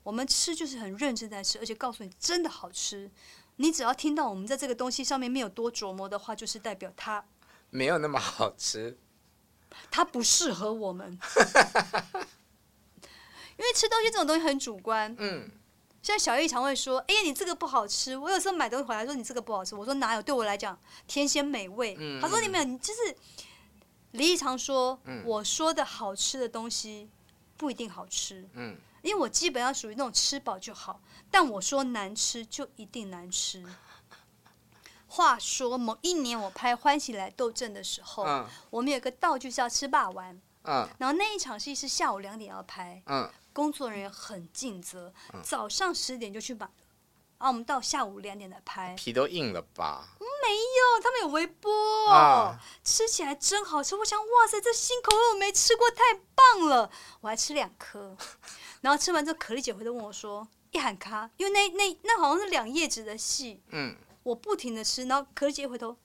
我们吃就是很认真在吃，而且告诉你真的好吃。你只要听到我们在这个东西上面没有多琢磨的话，就是代表它没有那么好吃。它不适合 我们。因为吃东西这种东西很主观，嗯像小叶常会说：“哎、呀，你这个不好吃。”我有时候买东西回来说：“你这个不好吃。”我说：“哪有？对我来讲，天鲜美味。嗯他说：“你没有，你就是。”李毅常说：“嗯我说的好吃的东西不一定好吃，嗯，因为我基本上属于那种吃饱就好，但我说难吃就一定难吃。”话说某一年我拍《欢喜来斗阵》的时候，嗯我们有个道具是要吃霸丸，嗯然后那一场戏是下午两点要拍，嗯工作人员很尽责，早上十点就去买了，啊，我们到下午两点来拍。皮都硬了吧？哟，他们有微波，啊吃起来真好吃。我想，哇塞，这新口味我没吃过，太棒了！我还吃两颗，然后吃完之后，可丽姐回头问我说：“一喊咖，因为那那那好像是两页纸的戏，嗯我不停的吃，然后可丽姐一回头。”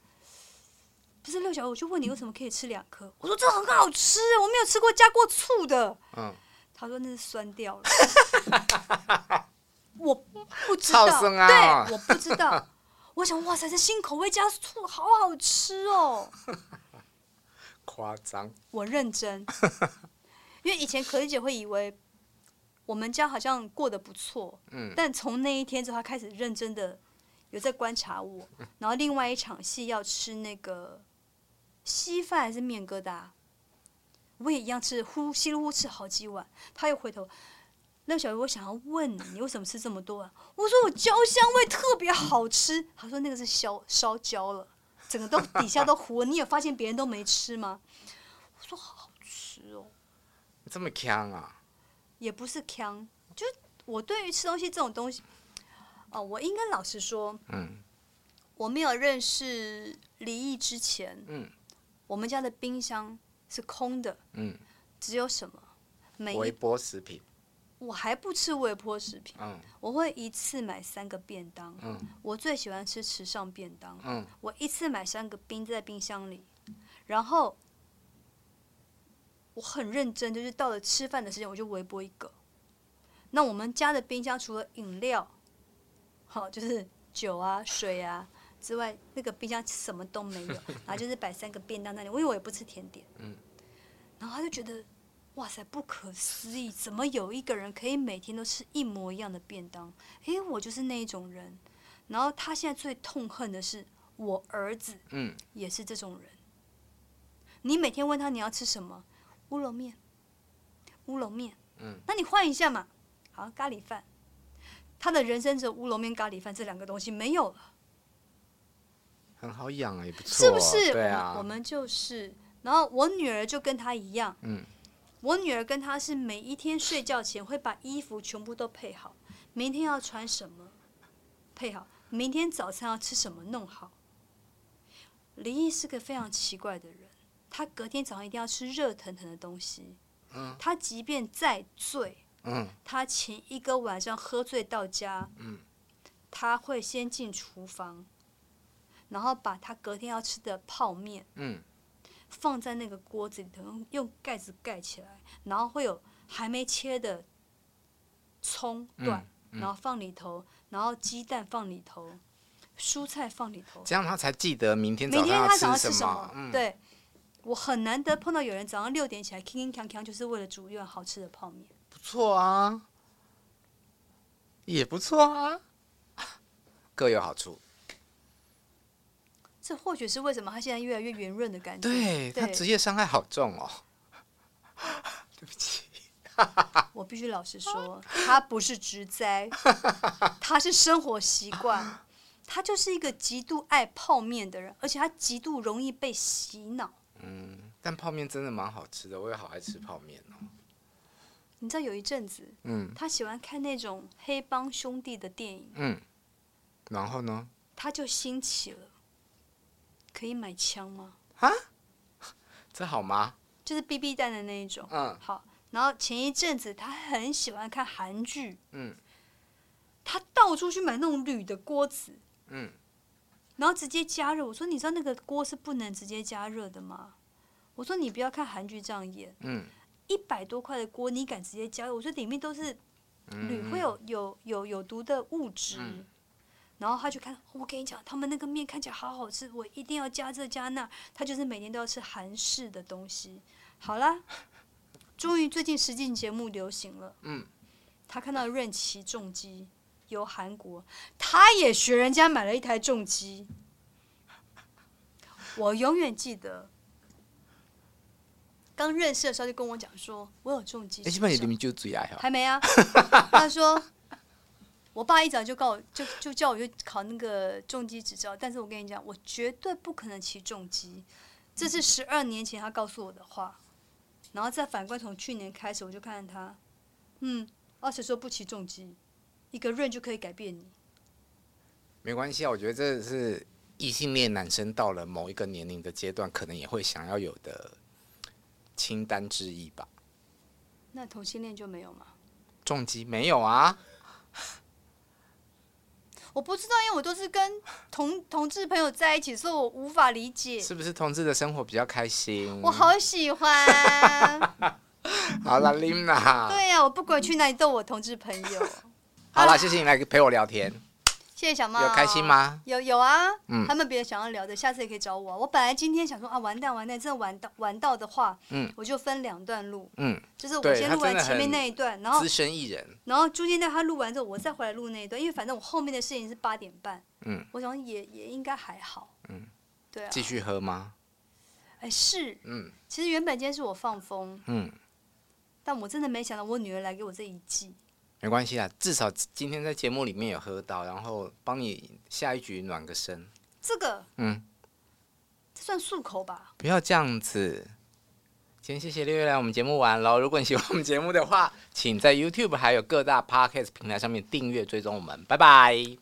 不是六小，我就问你为什么可以吃两颗？我说这很好吃，我没有吃过加过醋的。嗯，他说那是酸掉了， 我不知超道，酸啊对，我不知道。我想，哇塞，这新口味加醋，好好吃哦！夸张。我认真，因为以前可丽姐会以为我们家好像过得不错，嗯但从那一天之后，她开始认真的有在观察我。然后另外一场戏要吃那个稀饭还是面疙瘩，我也一样吃，呼稀里呼吃好几碗。她又回头，那个小鱼，我想要问你，你为什么吃这么多啊？我说我焦香味特别好吃。她说那个是烧烧焦了，整个都底下都糊了。你有发现别人都没吃吗？我说好好吃哦。这么强啊？也不是腔，就是我对于吃东西这种东西，哦，我应该老实说，嗯我没有认识离异之前，嗯我们家的冰箱是空的，嗯，只有什么？每微一波食品。我还不吃微波食品，嗯我会一次买三个便当。嗯我最喜欢吃时尚便当，嗯我一次买三个冰在冰箱里，然后我很认真，就是到了吃饭的时间我就微波一个。那我们家的冰箱除了饮料，好就是酒啊、水啊之外，那个冰箱什么都没有，然后就是摆三个便当那里，我因为我也不吃甜点，嗯，然后他就觉得。哇塞，不可思议！怎么有一个人可以每天都吃一模一样的便当？诶，我就是那一种人。然后他现在最痛恨的是，我儿子嗯，也是这种人。你每天问他你要吃什么，乌龙面，乌龙面，嗯，那你换一下嘛，好，咖喱饭。他的人生只有乌龙面、咖喱饭这两个东西没有了，很好养啊，也不错。是不是？对我啊们我。们就是，然后我女儿就跟他一样，嗯我女儿跟他是每一天睡觉前会把衣服全部都配好，明天要穿什么配好，明天早餐要吃什么弄好。林毅是个非常奇怪的人，他隔天早上一定要吃热腾腾的东西。嗯他即便再醉，嗯他前一个晚上喝醉到家，嗯他会先进厨房，然后把他隔天要吃的泡面。嗯放在那个锅子里头，用用盖子盖起来，然后会有还没切的葱嗯段，然后放里头，然后鸡蛋放里头，蔬菜放里头。这样他才记得明天每早天上他早要上吃吃什什么？嗯，对，我很难得碰到有人早上六点起来铿铿锵锵，就是为了煮一碗好吃的泡面。不错啊，也不错啊，各有好处。这或许是为什么他现在越来越圆润的感觉。对他职对，业伤害好重哦。 对不起，我必须老实说，他不是职灾，他是生活习惯。他就是一个极度爱泡面的人，而且他极度容易被洗脑。嗯，但泡面真的蛮好吃的，我也好爱吃泡面哦。你知道有一阵子，嗯他喜欢看那种黑帮兄弟的电影，嗯，然后呢？他就兴起了。可以买枪吗？这好吗？就是 BB 弹的那一种。嗯好，然后前一阵子他很喜欢看韩剧，嗯他到处去买那种铝的锅子，嗯，然后直接加热。我说你知道那个锅是不能直接加热的吗？我说你不要看韩剧这样演，嗯一百多块的锅你敢直接加热？我说里面都是嗯铝会有有有有毒的物质。嗯然后他去看，我跟你讲，他们那个面看起来好好吃，我一定要加这加那。他就是每天都要吃韩式的东西。好啦，终于最近实境节目流行了，嗯，他看到任奇重机由韩国，他也学人家买了一台重机。我永远记得，刚认识的时候就跟我讲说，我有重机哎，是基什么。本你们就最爱哦。还没啊。他说，我爸一早就告我，就就叫我去考那个重机执照，但是我跟你讲，我绝对不可能骑重机，这是十二年前他告诉我的话。然后再反观从去年开始，我就看他，嗯，二十说不骑重机，一个润就可以改变你。没关系啊，我觉得这是异性恋男生到了某一个年龄的阶段，可能也会想要有的清单之一吧。那同性恋就没有吗？重击没有啊？我不知道，因为我都是跟同同志朋友在一起，所以我无法理解。是不是同志的生活比较开心？我好喜欢。好啦 l i n a 对呀、啊我不管去哪里都有我同志朋友。好啦，谢谢你来陪我聊天，谢谢小猫，有开心？吗？有有啊，嗯他们别的想要聊的，下次也可以找我啊。我本来今天想说啊，完蛋完蛋，真的玩到玩到的话，嗯我就分两段录，嗯，就是我对先他录完真的前面很那一段，然后资深艺人，然后中间那他录完之后，我再回来录那一段，因为反正我后面的事情是八点半，嗯，我想也也应该还好，嗯，对啊，继，续喝吗？哎是，嗯其实原本今天是我放风，嗯，但我真的没想到我女儿来给我这一季，没关系啦，至少今天在节目里面有喝到，然后帮你下一局暖个身。这个嗯，这算漱口吧？不要这样子。先谢谢六月来我们节目玩喽。如果你喜欢我们节目的话，请在 YouTube 还有各大 Podcast 平台上面订阅追踪我们。拜拜。